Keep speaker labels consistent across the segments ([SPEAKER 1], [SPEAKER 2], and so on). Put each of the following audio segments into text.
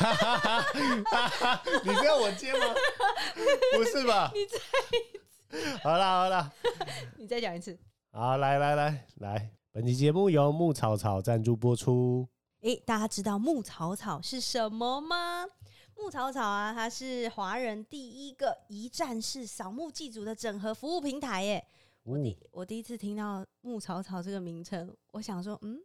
[SPEAKER 1] 你是要我接吗？不是吧？
[SPEAKER 2] 你再
[SPEAKER 1] 好啦好啦，
[SPEAKER 2] 你再讲一次。
[SPEAKER 1] 好来来来来，本期节目由牧草草赞助播出。
[SPEAKER 2] 诶，大家知道牧草草是什么吗？牧草草啊，它是华人第一个一站式扫墓祭祖的整合服务平台耶。
[SPEAKER 1] 哦
[SPEAKER 2] 我第、我第一次听到牧草草这个名称，我想说，嗯，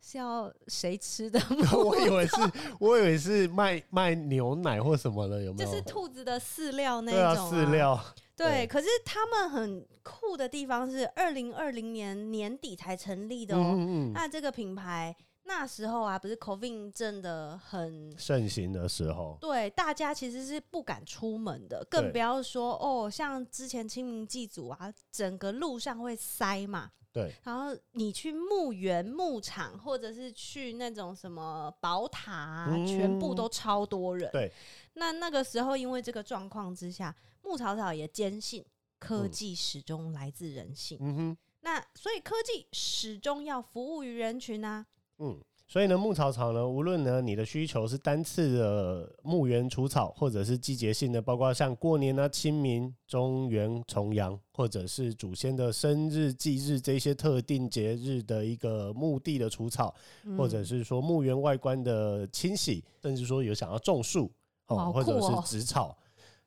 [SPEAKER 2] 是要谁吃的
[SPEAKER 1] 我
[SPEAKER 2] 牧？
[SPEAKER 1] 以为是，我以为是卖卖牛奶或什么的，有没
[SPEAKER 2] 就
[SPEAKER 1] 有？
[SPEAKER 2] 是兔子的饲料那
[SPEAKER 1] 对啊，
[SPEAKER 2] 一种、
[SPEAKER 1] 饲。料。对
[SPEAKER 2] 对，可是他们很酷的地方是，二零二零年年底才成立的哦。
[SPEAKER 1] 嗯嗯嗯，
[SPEAKER 2] 那这个品牌那时候啊，不是 COVID 真的很
[SPEAKER 1] 盛行的时候，
[SPEAKER 2] 对，大家其实是不敢出门的，
[SPEAKER 1] 对
[SPEAKER 2] 更不要说哦，像之前清明祭祖啊，整个路上会塞嘛。
[SPEAKER 1] 对，
[SPEAKER 2] 然后你去墓园、牧场，或者是去那种什么宝塔、啊，
[SPEAKER 1] 嗯
[SPEAKER 2] 全部都超多人。
[SPEAKER 1] 对，
[SPEAKER 2] 那那个时候因为这个状况之下，牧草草也坚信科技始终来自人性，
[SPEAKER 1] 嗯哼，
[SPEAKER 2] 那所以科技始终要服务于人群啊。
[SPEAKER 1] 嗯。所以呢，牧草草呢，无论呢你的需求是单次的墓园除草，或者是季节性的，包括像过年啊、清明、中元、重阳，或者是祖先的生日、忌日这些特定节日的一个墓地的除草，
[SPEAKER 2] 嗯
[SPEAKER 1] 或者是说墓园外观的清洗，甚至说有想要种树
[SPEAKER 2] 哇好
[SPEAKER 1] 或者
[SPEAKER 2] 酷
[SPEAKER 1] 是
[SPEAKER 2] 哦
[SPEAKER 1] 植草。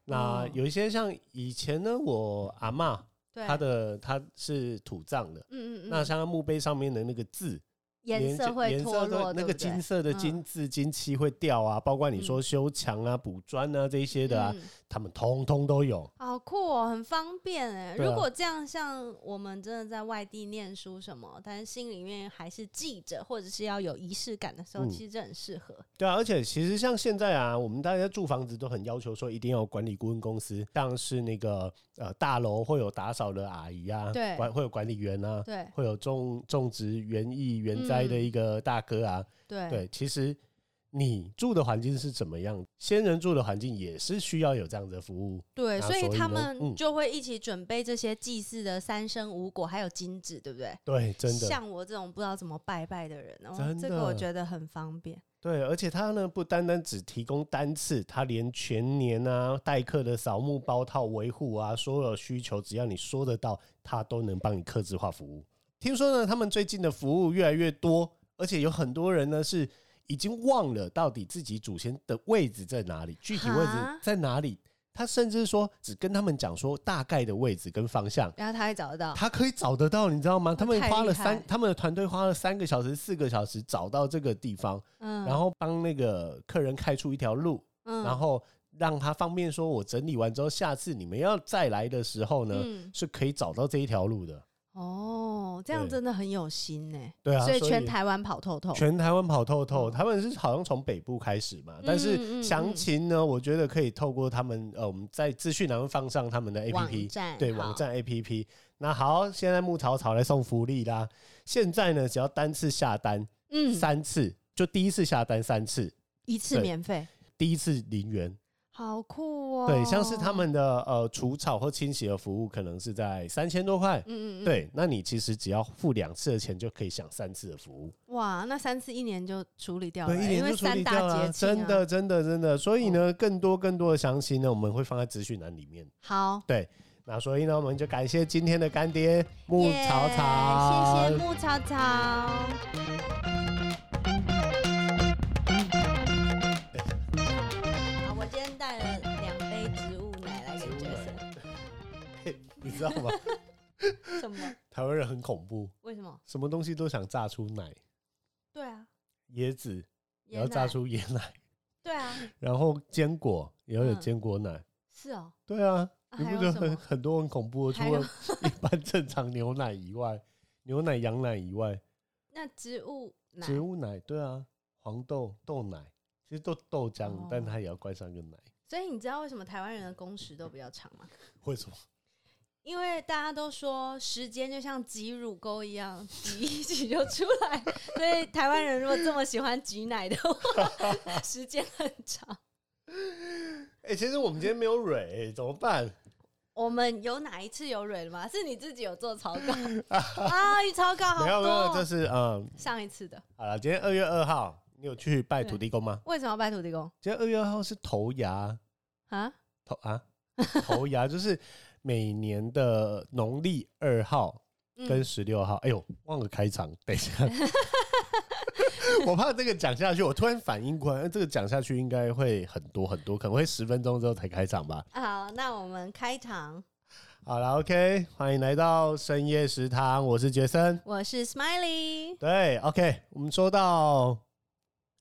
[SPEAKER 1] 那
[SPEAKER 2] 嗯
[SPEAKER 1] 有一些像以前呢，我阿嬷
[SPEAKER 2] 对
[SPEAKER 1] 她的她是土葬的，
[SPEAKER 2] 嗯嗯
[SPEAKER 1] 那
[SPEAKER 2] 嗯，
[SPEAKER 1] 像她墓碑上面的那个字，
[SPEAKER 2] 颜色会
[SPEAKER 1] 颜
[SPEAKER 2] 脱
[SPEAKER 1] 色
[SPEAKER 2] 落，
[SPEAKER 1] 那
[SPEAKER 2] 对
[SPEAKER 1] 个
[SPEAKER 2] 不对嗯
[SPEAKER 1] 金色的金字金漆会掉啊，包括你说修墙啊、补砖啊这一些的啊，
[SPEAKER 2] 嗯
[SPEAKER 1] 他们通通都有。
[SPEAKER 2] 好酷哦，很方便哎。
[SPEAKER 1] 对啊
[SPEAKER 2] 如果这样，像我们真的在外地念书什么，但是心里面还是记着，或者是要有仪式感的时候，
[SPEAKER 1] 嗯
[SPEAKER 2] 其实这很适合。
[SPEAKER 1] 对啊，而且其实像现在啊，我们大家住房子都很要求说一定要有管理顾问公司，像是那个呃大楼会有打扫的阿姨啊，
[SPEAKER 2] 对
[SPEAKER 1] 管会有管理员啊，
[SPEAKER 2] 对嗯
[SPEAKER 1] 会有种种植园艺园栽的一个大哥啊，
[SPEAKER 2] 对
[SPEAKER 1] 对，其实。你住的环境是怎么样？先人住的环境也是需要有这样子的服务，
[SPEAKER 2] 对
[SPEAKER 1] 那
[SPEAKER 2] 所以
[SPEAKER 1] 所以
[SPEAKER 2] 他
[SPEAKER 1] 呢
[SPEAKER 2] 们
[SPEAKER 1] 嗯
[SPEAKER 2] 就会一起准备这些祭祀的三生五果，还有金纸，对不对？
[SPEAKER 1] 对，真的。
[SPEAKER 2] 像我这种不知道怎么拜拜的人，哦
[SPEAKER 1] 真，
[SPEAKER 2] 这
[SPEAKER 1] 的
[SPEAKER 2] 个我觉得很方便。
[SPEAKER 1] 对，而且它呢不单单只提供单次，它连全年啊、代客的扫墓、包套、维护啊，所有需求，只要你说得到，它都能帮你客制化服务。听说呢，他们最近的服务越来越多，而且有很多人呢是已经忘了到底自己祖先的位置在哪里，具体位置
[SPEAKER 2] 哈
[SPEAKER 1] 在哪里。他甚至说只跟他们讲说大概的位置跟方向，
[SPEAKER 2] 然后他还找得到，
[SPEAKER 1] 他可以找得到，你知道吗？他们
[SPEAKER 2] 哦太
[SPEAKER 1] 花了
[SPEAKER 2] 厉害
[SPEAKER 1] 三，他们的团队花了三个小时、四个小时找到这个地方。
[SPEAKER 2] 嗯，
[SPEAKER 1] 然后帮那个客人开出一条路，
[SPEAKER 2] 嗯，
[SPEAKER 1] 然后让他方便说，我整理完之后，下次你们要再来的时候呢，
[SPEAKER 2] 嗯，
[SPEAKER 1] 是可以找到这一条路的。
[SPEAKER 2] 哦，这样
[SPEAKER 1] 对
[SPEAKER 2] 真的很有心呢。
[SPEAKER 1] 对啊，
[SPEAKER 2] 所以全台湾跑透透，
[SPEAKER 1] 全台湾跑透透，
[SPEAKER 2] 嗯
[SPEAKER 1] 他们是好像从北部开始嘛，
[SPEAKER 2] 嗯
[SPEAKER 1] 但
[SPEAKER 2] 嗯
[SPEAKER 1] 是
[SPEAKER 2] 嗯
[SPEAKER 1] 详情呢，我觉得可以透过他们呃，我们在资讯栏会放上他们的 APP
[SPEAKER 2] 网。站
[SPEAKER 1] 对
[SPEAKER 2] 好
[SPEAKER 1] 网站 APP，那好，现在牧草草来送福利啦！现在呢，只要单次下单、
[SPEAKER 2] 嗯，
[SPEAKER 1] 三次，就第一次下单三次，
[SPEAKER 2] 一次
[SPEAKER 1] 对
[SPEAKER 2] 免费，
[SPEAKER 1] 第一次零元，
[SPEAKER 2] 好酷哦！
[SPEAKER 1] 对，像是他，们的呃除草或清洗的服务，可能是在三千多块。
[SPEAKER 2] 嗯嗯嗯，，
[SPEAKER 1] 对，那你其实只要付两次的钱，就可以享三次的服务。
[SPEAKER 2] 哇，那三次一年就处理掉了，哦
[SPEAKER 1] 对，一
[SPEAKER 2] 因
[SPEAKER 1] 年
[SPEAKER 2] 为
[SPEAKER 1] 就处
[SPEAKER 2] 三
[SPEAKER 1] 理
[SPEAKER 2] 大
[SPEAKER 1] 掉了、
[SPEAKER 2] 节庆啊
[SPEAKER 1] 真的，真的，真的。所以呢，更多更多的详情呢，我们会放在资讯栏里面。
[SPEAKER 2] 好，
[SPEAKER 1] 对，那所以呢，我们就感谢今天的干爹牧
[SPEAKER 2] 耶
[SPEAKER 1] 草草，
[SPEAKER 2] 谢谢牧草草。好，我今天带了两杯植物奶来给
[SPEAKER 1] 植物
[SPEAKER 2] 杰
[SPEAKER 1] 奶
[SPEAKER 2] 森，
[SPEAKER 1] 你知道吗？
[SPEAKER 2] 什么？
[SPEAKER 1] 台湾人很恐怖，
[SPEAKER 2] 为什么？
[SPEAKER 1] 什么东西都想榨出奶，
[SPEAKER 2] 对啊，
[SPEAKER 1] 椰子也
[SPEAKER 2] 椰
[SPEAKER 1] 要
[SPEAKER 2] 奶
[SPEAKER 1] 榨出椰奶，
[SPEAKER 2] 对啊，
[SPEAKER 1] 然后坚果也要有
[SPEAKER 2] 嗯
[SPEAKER 1] 坚果奶。
[SPEAKER 2] 是哦，
[SPEAKER 1] 对啊，
[SPEAKER 2] 啊
[SPEAKER 1] 你不
[SPEAKER 2] 还有
[SPEAKER 1] 觉得
[SPEAKER 2] 什
[SPEAKER 1] 很
[SPEAKER 2] 么
[SPEAKER 1] 很多很恐怖的？
[SPEAKER 2] 还
[SPEAKER 1] 除了一般正常牛奶以外，牛奶、羊奶以外，
[SPEAKER 2] 那植物奶，
[SPEAKER 1] 植物奶，对啊，黄豆、豆奶，其实都豆浆，
[SPEAKER 2] 哦
[SPEAKER 1] 但它也要灌上个奶。
[SPEAKER 2] 所以你知道为什么台湾人的工时都比较长吗？
[SPEAKER 1] 为什么？
[SPEAKER 2] 因为大家都说时间就像挤乳沟一样，挤一挤就出来，所以台湾人如果这么喜欢挤奶的话， 时间很长。
[SPEAKER 1] 哎、其实我们今天没有蕊、怎么办？
[SPEAKER 2] 我们有哪一次有蕊了吗？是你自己有做草稿啊？你草稿好
[SPEAKER 1] 没有没有，
[SPEAKER 2] 多
[SPEAKER 1] 这，是嗯，
[SPEAKER 2] 上一次的
[SPEAKER 1] 好了，今天二月二号，你有去拜土地公吗？
[SPEAKER 2] 为什么要拜土地公
[SPEAKER 1] 今天二月二号是头牙，
[SPEAKER 2] 啊？
[SPEAKER 1] 头 啊，头牙就是每年的农历二号跟
[SPEAKER 2] 嗯，
[SPEAKER 1] 十六号。哎呦，忘了开场，等一下，我怕这个讲下去，我突然反应过来，呃这个讲下去应该会很多很多，可能会十分钟之后才开场吧。
[SPEAKER 2] 好，那我们开场。
[SPEAKER 1] 好了，OK，欢迎来到深夜食堂，我是杰森。
[SPEAKER 2] 我是 Smiley，
[SPEAKER 1] 对，OK，我们说到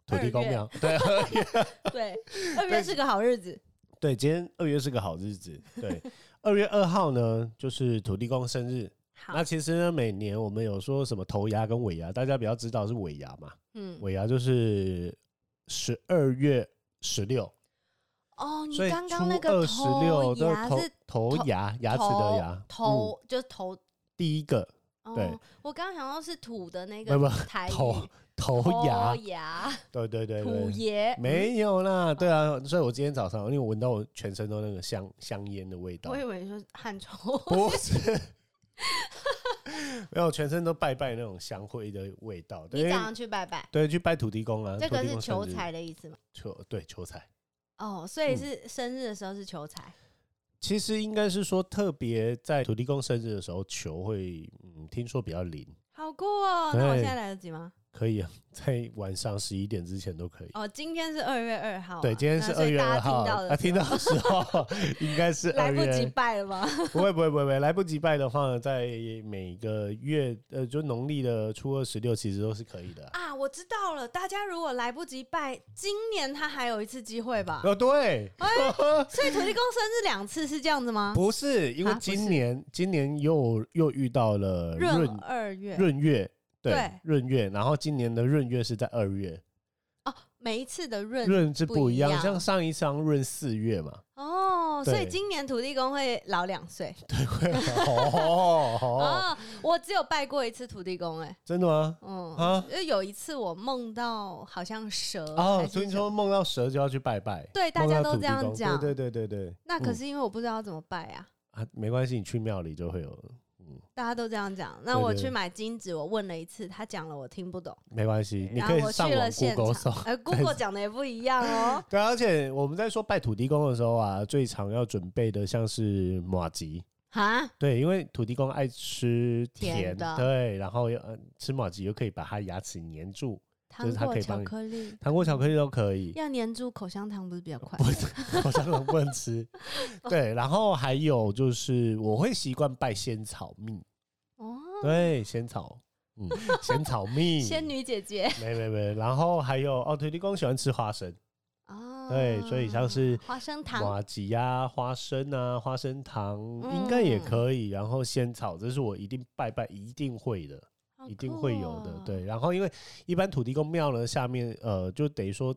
[SPEAKER 1] 土地公庙，对， 二月
[SPEAKER 2] 对，二月是个好日子，
[SPEAKER 1] 对，今天二月是个好日子。对，二月二号呢，就是土地公生日。
[SPEAKER 2] 好
[SPEAKER 1] 那，其实呢，每年我们有说什么头牙跟尾牙，大家比较知道是尾牙嘛。
[SPEAKER 2] 嗯，
[SPEAKER 1] 尾牙就是十二月十六，
[SPEAKER 2] 哦，你
[SPEAKER 1] 所以
[SPEAKER 2] 刚刚那
[SPEAKER 1] 初
[SPEAKER 2] 个
[SPEAKER 1] 二十
[SPEAKER 2] 头
[SPEAKER 1] 六
[SPEAKER 2] 牙
[SPEAKER 1] 的头
[SPEAKER 2] 是
[SPEAKER 1] 头牙牙齿的牙，嗯
[SPEAKER 2] 头就是头，
[SPEAKER 1] 第一个
[SPEAKER 2] 哦
[SPEAKER 1] 对，
[SPEAKER 2] 我刚刚想到是土的那
[SPEAKER 1] 不
[SPEAKER 2] 个
[SPEAKER 1] 不
[SPEAKER 2] 台语
[SPEAKER 1] 头头牙，
[SPEAKER 2] 牙
[SPEAKER 1] 对对对
[SPEAKER 2] 土嗯
[SPEAKER 1] 对。
[SPEAKER 2] 爷，嗯
[SPEAKER 1] 没有啦，对啊，所以我今天早上，因为我闻到我全身都那个香香烟的味道
[SPEAKER 2] 我，以为你说汗臭，
[SPEAKER 1] 不是，没有，全身都拜拜那种香灰的味道。
[SPEAKER 2] 你
[SPEAKER 1] 对
[SPEAKER 2] 早，上去拜拜，
[SPEAKER 1] 对，去拜土地公啊，
[SPEAKER 2] 这
[SPEAKER 1] 土
[SPEAKER 2] 个
[SPEAKER 1] 地
[SPEAKER 2] 是
[SPEAKER 1] 公
[SPEAKER 2] 求
[SPEAKER 1] 生日，
[SPEAKER 2] 财的意思吗？
[SPEAKER 1] 求对求财。
[SPEAKER 2] 哦，所
[SPEAKER 1] 嗯
[SPEAKER 2] 以是生日的时候是求财，
[SPEAKER 1] 其实应该是说，特别在土地公生日的时候求会，嗯，听说比较灵，
[SPEAKER 2] 好酷哦！那我
[SPEAKER 1] 对
[SPEAKER 2] 现在来得及吗？
[SPEAKER 1] 可以啊， 在晚上十一点之前都可以。
[SPEAKER 2] 哦，今天是二月二号啊，
[SPEAKER 1] 对，今天是
[SPEAKER 2] 那所
[SPEAKER 1] 二
[SPEAKER 2] 以
[SPEAKER 1] 月
[SPEAKER 2] 大
[SPEAKER 1] 二
[SPEAKER 2] 家
[SPEAKER 1] 号，
[SPEAKER 2] 听到
[SPEAKER 1] 啊，
[SPEAKER 2] 的
[SPEAKER 1] 听
[SPEAKER 2] 时
[SPEAKER 1] 到的时候应该是
[SPEAKER 2] 候来
[SPEAKER 1] 二
[SPEAKER 2] 不及
[SPEAKER 1] 月，
[SPEAKER 2] 拜了吧？
[SPEAKER 1] 不会不会不会不会，来不及拜的话呢，在每个月呃，就农历的初二十六其实都是可以的啊。
[SPEAKER 2] 啊，我知道了，大家如果来不及拜，今年他还有一次机会吧？
[SPEAKER 1] 哦，对，呃
[SPEAKER 2] 所以土地公生日两次是这样子吗？
[SPEAKER 1] 不是，因为
[SPEAKER 2] 啊不
[SPEAKER 1] 今
[SPEAKER 2] 是
[SPEAKER 1] 年今年又又遇到了
[SPEAKER 2] 闰
[SPEAKER 1] 闰
[SPEAKER 2] 二月
[SPEAKER 1] 闰月，对
[SPEAKER 2] 对
[SPEAKER 1] 闰月，然后今年的闰月是在二月，
[SPEAKER 2] 哦，每一次的闰
[SPEAKER 1] 闰是
[SPEAKER 2] 不
[SPEAKER 1] 不
[SPEAKER 2] 一
[SPEAKER 1] 一样，
[SPEAKER 2] 样
[SPEAKER 1] 像上一张闰四月嘛，
[SPEAKER 2] 哦，所以
[SPEAKER 1] 对
[SPEAKER 2] 今年土地公会老两岁
[SPEAKER 1] 哦哦，
[SPEAKER 2] 哦。我只有拜过一次土地公，哎，
[SPEAKER 1] 真的吗？
[SPEAKER 2] 嗯
[SPEAKER 1] 啊，
[SPEAKER 2] 因为有一次我梦到好像蛇
[SPEAKER 1] 哦
[SPEAKER 2] 还，
[SPEAKER 1] 所以
[SPEAKER 2] 是
[SPEAKER 1] 你
[SPEAKER 2] 什么
[SPEAKER 1] 说梦到蛇就要去拜拜，
[SPEAKER 2] 对，大
[SPEAKER 1] 梦
[SPEAKER 2] 家
[SPEAKER 1] 到
[SPEAKER 2] 都
[SPEAKER 1] 土
[SPEAKER 2] 这
[SPEAKER 1] 地
[SPEAKER 2] 样
[SPEAKER 1] 公
[SPEAKER 2] 讲，
[SPEAKER 1] 对对对对对
[SPEAKER 2] 那可
[SPEAKER 1] 嗯
[SPEAKER 2] 是因为我不知道怎么拜啊。
[SPEAKER 1] 啊，没关系，你去庙里就会有，
[SPEAKER 2] 大家都这样讲，那
[SPEAKER 1] 对
[SPEAKER 2] 我
[SPEAKER 1] 对
[SPEAKER 2] 去买金纸，我问了一次，他讲了我听不懂，
[SPEAKER 1] 没关系，你
[SPEAKER 2] 然
[SPEAKER 1] 可
[SPEAKER 2] 后
[SPEAKER 1] 以
[SPEAKER 2] 我去
[SPEAKER 1] 上
[SPEAKER 2] 了
[SPEAKER 1] 网
[SPEAKER 2] 现
[SPEAKER 1] Google 搜
[SPEAKER 2] 场，呃，Google 讲的也不一样哦。
[SPEAKER 1] 对，啊而且我们在说拜土地公的时候啊，最常要准备的像是马吉，
[SPEAKER 2] 啊，
[SPEAKER 1] 对，因为土地公爱吃
[SPEAKER 2] 甜
[SPEAKER 1] 甜，
[SPEAKER 2] 的
[SPEAKER 1] 对，然后又、呃、吃马吉又可以把它牙齿粘住， 就
[SPEAKER 2] 糖
[SPEAKER 1] 是它
[SPEAKER 2] 果
[SPEAKER 1] 可以帮
[SPEAKER 2] 巧
[SPEAKER 1] 你
[SPEAKER 2] 克力
[SPEAKER 1] 糖果巧克力都可以，
[SPEAKER 2] 要粘住口香糖不是比较快
[SPEAKER 1] 不？ 口香糖不能吃。 对，然后还有就是我会习惯拜仙草蜜，
[SPEAKER 2] 哦，
[SPEAKER 1] 对，仙草，嗯，仙草蜜，
[SPEAKER 2] 仙，女姐姐
[SPEAKER 1] 没没没，然后还有哦，土地公喜欢吃花生，
[SPEAKER 2] 哦，
[SPEAKER 1] 对所以像是
[SPEAKER 2] 花生糖
[SPEAKER 1] 马吉呀、花生啊、花生糖、应该也
[SPEAKER 2] 嗯
[SPEAKER 1] 可以，然后仙草，这是我一定拜拜一定会的。一定会有
[SPEAKER 2] 哦
[SPEAKER 1] 的，，对。然后因为一般土地公庙呢，下面呃就等于说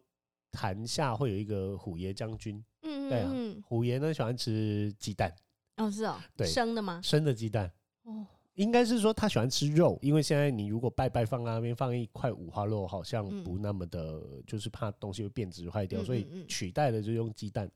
[SPEAKER 1] 坛下会有一个虎爷将军，
[SPEAKER 2] 嗯
[SPEAKER 1] 对啊
[SPEAKER 2] 嗯
[SPEAKER 1] 虎爷呢喜欢吃鸡蛋，
[SPEAKER 2] 嗯，哦是哦，
[SPEAKER 1] 对
[SPEAKER 2] 生的吗？
[SPEAKER 1] 生的鸡蛋。
[SPEAKER 2] 哦，
[SPEAKER 1] 应该是说他喜欢吃肉，因为现在你如果拜拜放在那边放一块五花肉，好像
[SPEAKER 2] 嗯
[SPEAKER 1] 不那么的，就是怕东西会变质坏掉，
[SPEAKER 2] 嗯
[SPEAKER 1] 所
[SPEAKER 2] 嗯
[SPEAKER 1] 以
[SPEAKER 2] 嗯
[SPEAKER 1] 取代的就用鸡蛋。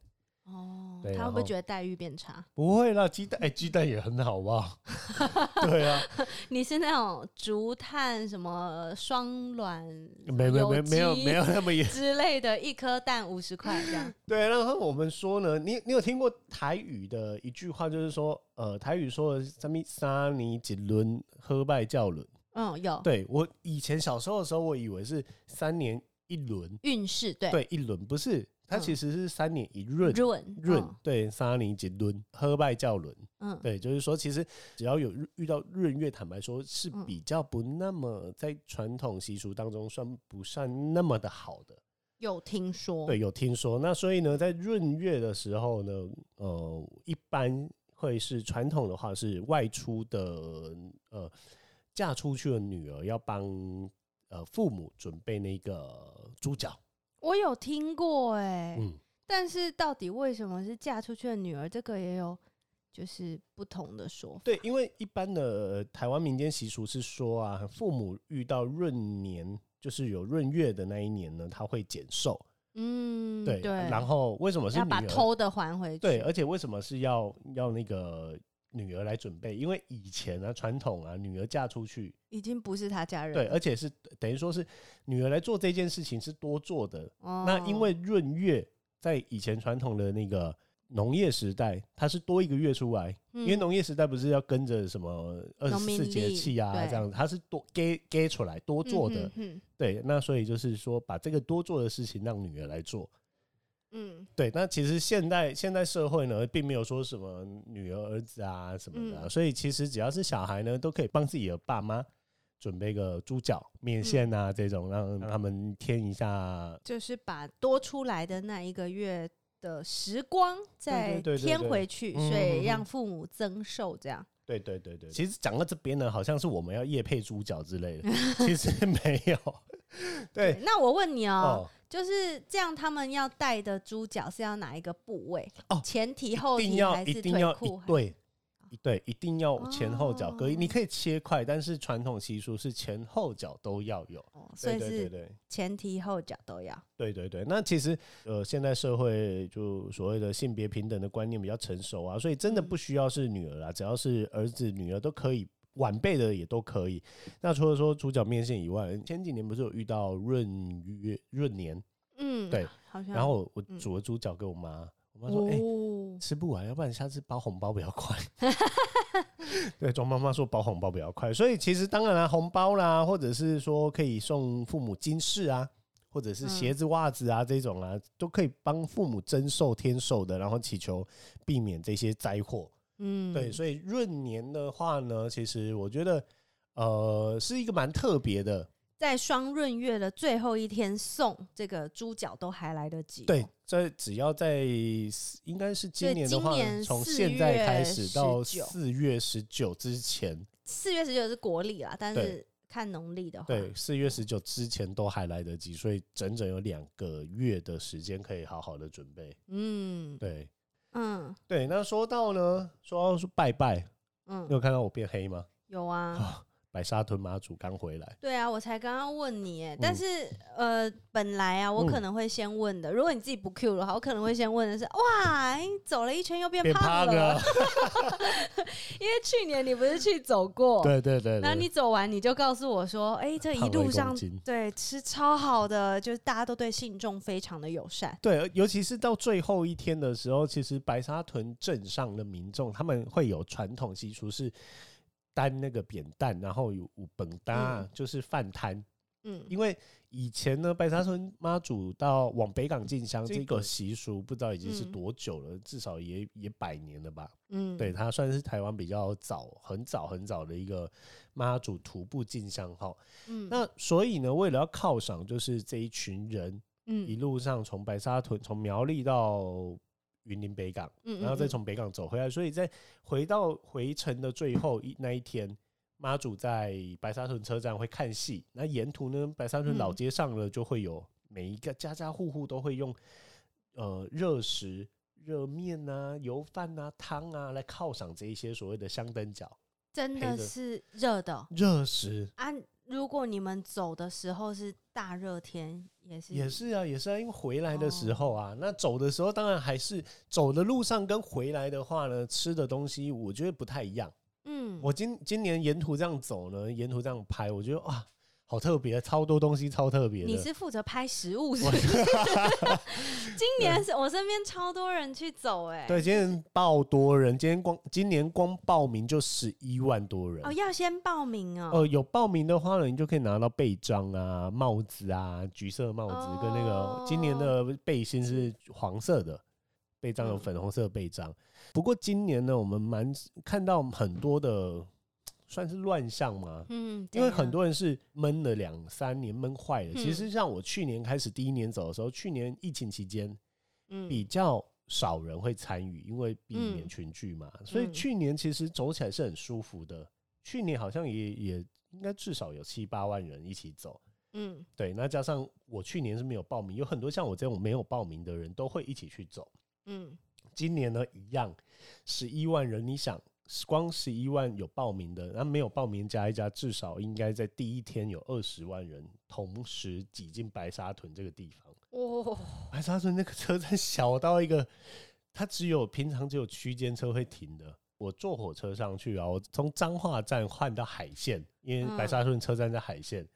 [SPEAKER 2] 哦
[SPEAKER 1] 对，
[SPEAKER 2] 他
[SPEAKER 1] 然
[SPEAKER 2] 会不会
[SPEAKER 1] 后
[SPEAKER 2] 觉得待遇变差？
[SPEAKER 1] 不会啦，鸡蛋哎，鸡、蛋也很好，好不好？ 对啊，
[SPEAKER 2] 你是那种竹炭什么双卵
[SPEAKER 1] 没没没没有
[SPEAKER 2] 有鸡
[SPEAKER 1] 没有那么严。
[SPEAKER 2] 之类的，一颗蛋五十块这 样？
[SPEAKER 1] 对，然后我们说呢，你你有听过台语的一句话，就是说，呃，台语说的什么“三尼几轮喝拜教轮
[SPEAKER 2] 嗯，”有
[SPEAKER 1] 对我以前小时候的时候，我以为是三年一轮，
[SPEAKER 2] 运势，对，
[SPEAKER 1] 对，一轮不是，它
[SPEAKER 2] 嗯
[SPEAKER 1] 其实是三年一闰。
[SPEAKER 2] 润
[SPEAKER 1] 闰，对，三年几轮喝拜教轮，
[SPEAKER 2] 哦嗯，嗯
[SPEAKER 1] 对，就是说，其实只要有遇遇到闰月，坦白说是
[SPEAKER 2] 嗯
[SPEAKER 1] 比较不那么在传统习俗当中算不上那么的好的。
[SPEAKER 2] 有听说，
[SPEAKER 1] 对，有听说。那所以呢，在闰月的时候呢，呃，一般会是传统的话是外出的呃嫁出去的女儿要帮呃父母准备那个猪脚，
[SPEAKER 2] 我有听过哎、
[SPEAKER 1] 嗯，
[SPEAKER 2] 但是到底为什么是嫁出去的女儿，这个也有就是不同的说法。
[SPEAKER 1] 对，因为一般的、呃台湾民间习俗是说啊，父母遇到闰年。就是有闰月的那一年呢，他会减寿，
[SPEAKER 2] 嗯，
[SPEAKER 1] 对。
[SPEAKER 2] 对，
[SPEAKER 1] 然后为什么是
[SPEAKER 2] 要
[SPEAKER 1] 女
[SPEAKER 2] 把
[SPEAKER 1] 儿？
[SPEAKER 2] 偷的还回去。
[SPEAKER 1] 对，而且为什么是要要那个女儿来准备，因为以前啊传统啊，女儿嫁出去，
[SPEAKER 2] 已经不是他家人
[SPEAKER 1] 对，
[SPEAKER 2] 了。
[SPEAKER 1] 而且是等于说是女儿来做这件事情是多做的。
[SPEAKER 2] 哦
[SPEAKER 1] 那因为闰月在以前传统的那个农业时代，它是多一个月出来，因为
[SPEAKER 2] 嗯
[SPEAKER 1] 农业时代不是要跟着什么二十
[SPEAKER 2] 农民
[SPEAKER 1] 四
[SPEAKER 2] 历
[SPEAKER 1] 节气啊
[SPEAKER 2] 对
[SPEAKER 1] 这样子，它是多给给出来多做的。
[SPEAKER 2] 嗯哼
[SPEAKER 1] 对，那所以就是说把这个多做的事情让女儿来做。
[SPEAKER 2] 嗯
[SPEAKER 1] 对，那其实现代现代社会呢，并没有说什么女儿儿子啊什么的啊、
[SPEAKER 2] 嗯
[SPEAKER 1] 所以其实只要是小孩呢，都可以帮自己的爸妈准备个猪脚、面线啊、
[SPEAKER 2] 嗯
[SPEAKER 1] 这种，让让他们添一下。
[SPEAKER 2] 就是把多出来的那一个月的时光再
[SPEAKER 1] 对对对对
[SPEAKER 2] 添回去，
[SPEAKER 1] 嗯
[SPEAKER 2] 所
[SPEAKER 1] 嗯嗯
[SPEAKER 2] 以让父母增寿这样。
[SPEAKER 1] 对对对对，其实讲到这边呢，好像是我们要夜配猪脚之 类的，其实没有。对，
[SPEAKER 2] 那我问你哦，
[SPEAKER 1] 哦，
[SPEAKER 2] 就是这样，他们要带的猪脚是要哪一个部位？
[SPEAKER 1] 哦
[SPEAKER 2] 前提后
[SPEAKER 1] 一定
[SPEAKER 2] 蹄
[SPEAKER 1] 要
[SPEAKER 2] 还
[SPEAKER 1] 一
[SPEAKER 2] 是
[SPEAKER 1] 定
[SPEAKER 2] 腿
[SPEAKER 1] 要一
[SPEAKER 2] 裤？
[SPEAKER 1] 对一对，一定要前后脚各一。
[SPEAKER 2] 哦
[SPEAKER 1] 你可以切块，但是传统习俗是前后脚都要有。
[SPEAKER 2] 哦，所
[SPEAKER 1] 对
[SPEAKER 2] 以
[SPEAKER 1] 对对
[SPEAKER 2] 是
[SPEAKER 1] 对。
[SPEAKER 2] 前提后脚都要。
[SPEAKER 1] 对对对，那其实呃，现在社会就所谓的性别平等的观念比较成熟啊，所以真的
[SPEAKER 2] 嗯
[SPEAKER 1] 不需要是女儿啊，只要是儿子、女儿都可以，晚辈的也都可以。那除了说猪脚面线以外，前几年不是有遇到闰月闰年，
[SPEAKER 2] 嗯，
[SPEAKER 1] 对，
[SPEAKER 2] 好像。
[SPEAKER 1] 然后我
[SPEAKER 2] 嗯
[SPEAKER 1] 煮了猪脚给我妈，我妈说：“哎、
[SPEAKER 2] 哦，
[SPEAKER 1] 吃不完，要不然下次包红包比较快。 对，庄妈妈说包红包比较快，所以其实当然啦，红包啦，或者是说可以送父母金饰啊，或者是鞋子、袜子啊这种啊，都可以帮父母增寿添寿的，然后祈求避免这些灾祸。
[SPEAKER 2] 嗯，
[SPEAKER 1] 对，所以闰年的话呢，其实我觉得呃是一个蛮特别的，
[SPEAKER 2] 在双闰月的最后一天送这个猪脚都还来得及哦。
[SPEAKER 1] 对，这只要在应该是
[SPEAKER 2] 所
[SPEAKER 1] 今
[SPEAKER 2] 以
[SPEAKER 1] 年的
[SPEAKER 2] 今
[SPEAKER 1] 话
[SPEAKER 2] 年，
[SPEAKER 1] 从
[SPEAKER 2] 4
[SPEAKER 1] 现在
[SPEAKER 2] 月
[SPEAKER 1] 开始到
[SPEAKER 2] 19
[SPEAKER 1] 四月十九之前。
[SPEAKER 2] 四月十九是国历啦，但是看农历的话，
[SPEAKER 1] 对，四月十九之前都还来得及，所以整整有两个月的时间可以好好的准备。
[SPEAKER 2] 嗯，
[SPEAKER 1] 对
[SPEAKER 2] 嗯
[SPEAKER 1] 对，那说到呢，说到是拜拜，你
[SPEAKER 2] 嗯，
[SPEAKER 1] 有看到我变黑吗？
[SPEAKER 2] 有啊，
[SPEAKER 1] 啊， 白沙屯妈祖刚回来，
[SPEAKER 2] 对啊，我才刚刚问你哎，
[SPEAKER 1] 嗯
[SPEAKER 2] 但是呃，本来啊，我
[SPEAKER 1] 嗯
[SPEAKER 2] 可能会先问的，如果你自己不 Q 的话，我可能会先问的是，哇，你走了一圈又变
[SPEAKER 1] 变
[SPEAKER 2] 胖
[SPEAKER 1] 胖了，
[SPEAKER 2] 因为去年你不是去走过，
[SPEAKER 1] 对对对
[SPEAKER 2] 那
[SPEAKER 1] 对，
[SPEAKER 2] 你走完你就告诉我说，哎，这一
[SPEAKER 1] 胖了
[SPEAKER 2] 路
[SPEAKER 1] 公
[SPEAKER 2] 上
[SPEAKER 1] 斤
[SPEAKER 2] 对吃超好的，就是大家都对信众非常的友善，
[SPEAKER 1] 对，尤其是到最后一天的时候，其实白沙屯镇上的民众他们会有传统习俗是担那个扁担，然后有有本搭，
[SPEAKER 2] 嗯
[SPEAKER 1] 就是饭摊。
[SPEAKER 2] 嗯
[SPEAKER 1] 因为以前呢，白沙村妈祖到往北港进香
[SPEAKER 2] 这
[SPEAKER 1] 这
[SPEAKER 2] 个
[SPEAKER 1] 个习俗，不知道已经是
[SPEAKER 2] 嗯
[SPEAKER 1] 多久了，至少也也百年了吧。
[SPEAKER 2] 嗯，
[SPEAKER 1] 对，，它算是台湾比较早、很早、很早的一个妈祖徒步进香哈。
[SPEAKER 2] 嗯
[SPEAKER 1] 那所以呢，为了要犒赏，就是这一群人一
[SPEAKER 2] 嗯
[SPEAKER 1] 路上从白沙屯、从苗栗到云林北港，
[SPEAKER 2] 嗯，
[SPEAKER 1] 然后再
[SPEAKER 2] 嗯
[SPEAKER 1] 从北港走回来，所以在回到回程的最后一那一天，妈祖在白沙屯车站会看戏。那沿途呢，白沙屯
[SPEAKER 2] 嗯
[SPEAKER 1] 老街上呢就会有每一个家家户户都会用呃热食、热面啊、油饭啊、汤啊来犒赏这一些所谓的香灯脚。
[SPEAKER 2] 真
[SPEAKER 1] 陪
[SPEAKER 2] 的
[SPEAKER 1] 着
[SPEAKER 2] 是热的哦。
[SPEAKER 1] 热食
[SPEAKER 2] 啊，如果你们走的时候是大热天，也是
[SPEAKER 1] 也是啊，也是啊，因为回来的时候啊，那走的时候当然还是走的路上跟回来的话呢，吃的东西我觉得不太一样。
[SPEAKER 2] 嗯，
[SPEAKER 1] 我今今年沿途这样走呢，沿途这样拍，我觉得哇，好特别，超多东西，超特别
[SPEAKER 2] 你
[SPEAKER 1] 的。
[SPEAKER 2] 是负责拍食物是不是？ 今年是我身边超多人去走哎、
[SPEAKER 1] 对，今年爆多人，今天光今年光报名就十一万多人。
[SPEAKER 2] 哦，要先报名哦，
[SPEAKER 1] 呃，有报名的话呢，你就可以拿到背章啊、帽子啊，橘色帽子跟那个、今
[SPEAKER 2] 哦
[SPEAKER 1] 年的背心是黄色的，背章有
[SPEAKER 2] 嗯
[SPEAKER 1] 粉红色的背章。不过今年呢，我们蛮看到很多的算是乱象嘛，
[SPEAKER 2] 嗯，
[SPEAKER 1] 因为
[SPEAKER 2] 怎
[SPEAKER 1] 很
[SPEAKER 2] 样
[SPEAKER 1] 多人是闷了两三年，闷坏了。其
[SPEAKER 2] 嗯
[SPEAKER 1] 实像我去年开始第一年走的时候，去年疫情期间比
[SPEAKER 2] 嗯
[SPEAKER 1] 较少人会参与，因为避免
[SPEAKER 2] 嗯
[SPEAKER 1] 群聚嘛，所以
[SPEAKER 2] 嗯
[SPEAKER 1] 去年其实走起来是很舒服的。去年好像也也应该至少有七八万人一起走，
[SPEAKER 2] 嗯
[SPEAKER 1] 对。那加上我去年是没有报名，有很多像我这种没有报名的人都会一起去走。
[SPEAKER 2] 嗯
[SPEAKER 1] 今年呢一样，十一万人，你想光十一万有报名的，那没有报名加一加，至少应该在第一天有二十万人同时挤进白沙屯这个地方。
[SPEAKER 2] 哦，
[SPEAKER 1] 白沙屯那个车站小到一个，它只有平常只有区间车会停的。我坐火车上去啊，我从彰化站换到海线，因
[SPEAKER 2] 嗯
[SPEAKER 1] 为白沙屯车站在海线，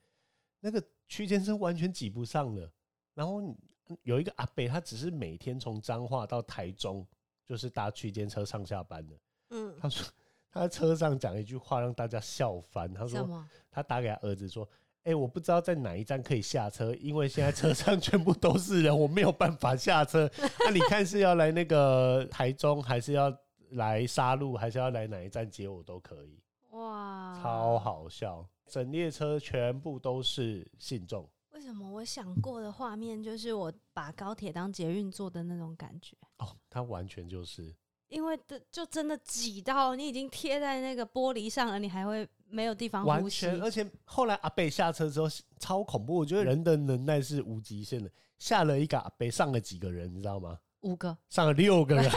[SPEAKER 1] 那个区间是完全挤不上的。然后你有一个阿伯，他只是每天从彰化到台中，就是搭区间车上下班的。
[SPEAKER 2] 嗯，
[SPEAKER 1] 他说他在车上讲一句话让大家笑翻，他
[SPEAKER 2] 什
[SPEAKER 1] 说
[SPEAKER 2] 么？
[SPEAKER 1] 他打给他儿子说。哎、我不知道在哪一站可以下车，因为现在车上 全部都是人，我没有办法下车。那、你看是要来那个台中，还是要来沙鹿，还是要来哪一站接我都可以，
[SPEAKER 2] 哇，
[SPEAKER 1] 超！好笑。整列车全部都是信众，
[SPEAKER 2] 为什么我想过的画面就是我把高铁当捷运坐的那种感觉？
[SPEAKER 1] 哦，他完全就是
[SPEAKER 2] 因为的就真的挤到你已经贴在那个玻璃上了，你还会没有地方
[SPEAKER 1] 完
[SPEAKER 2] 哦呼吸。
[SPEAKER 1] 全，而且后来阿贝下车之后超恐怖，我觉得人的能耐是无极限的。下了一个阿贝，上了几个人，你知道吗？
[SPEAKER 2] 五 个，
[SPEAKER 1] 上了六个人，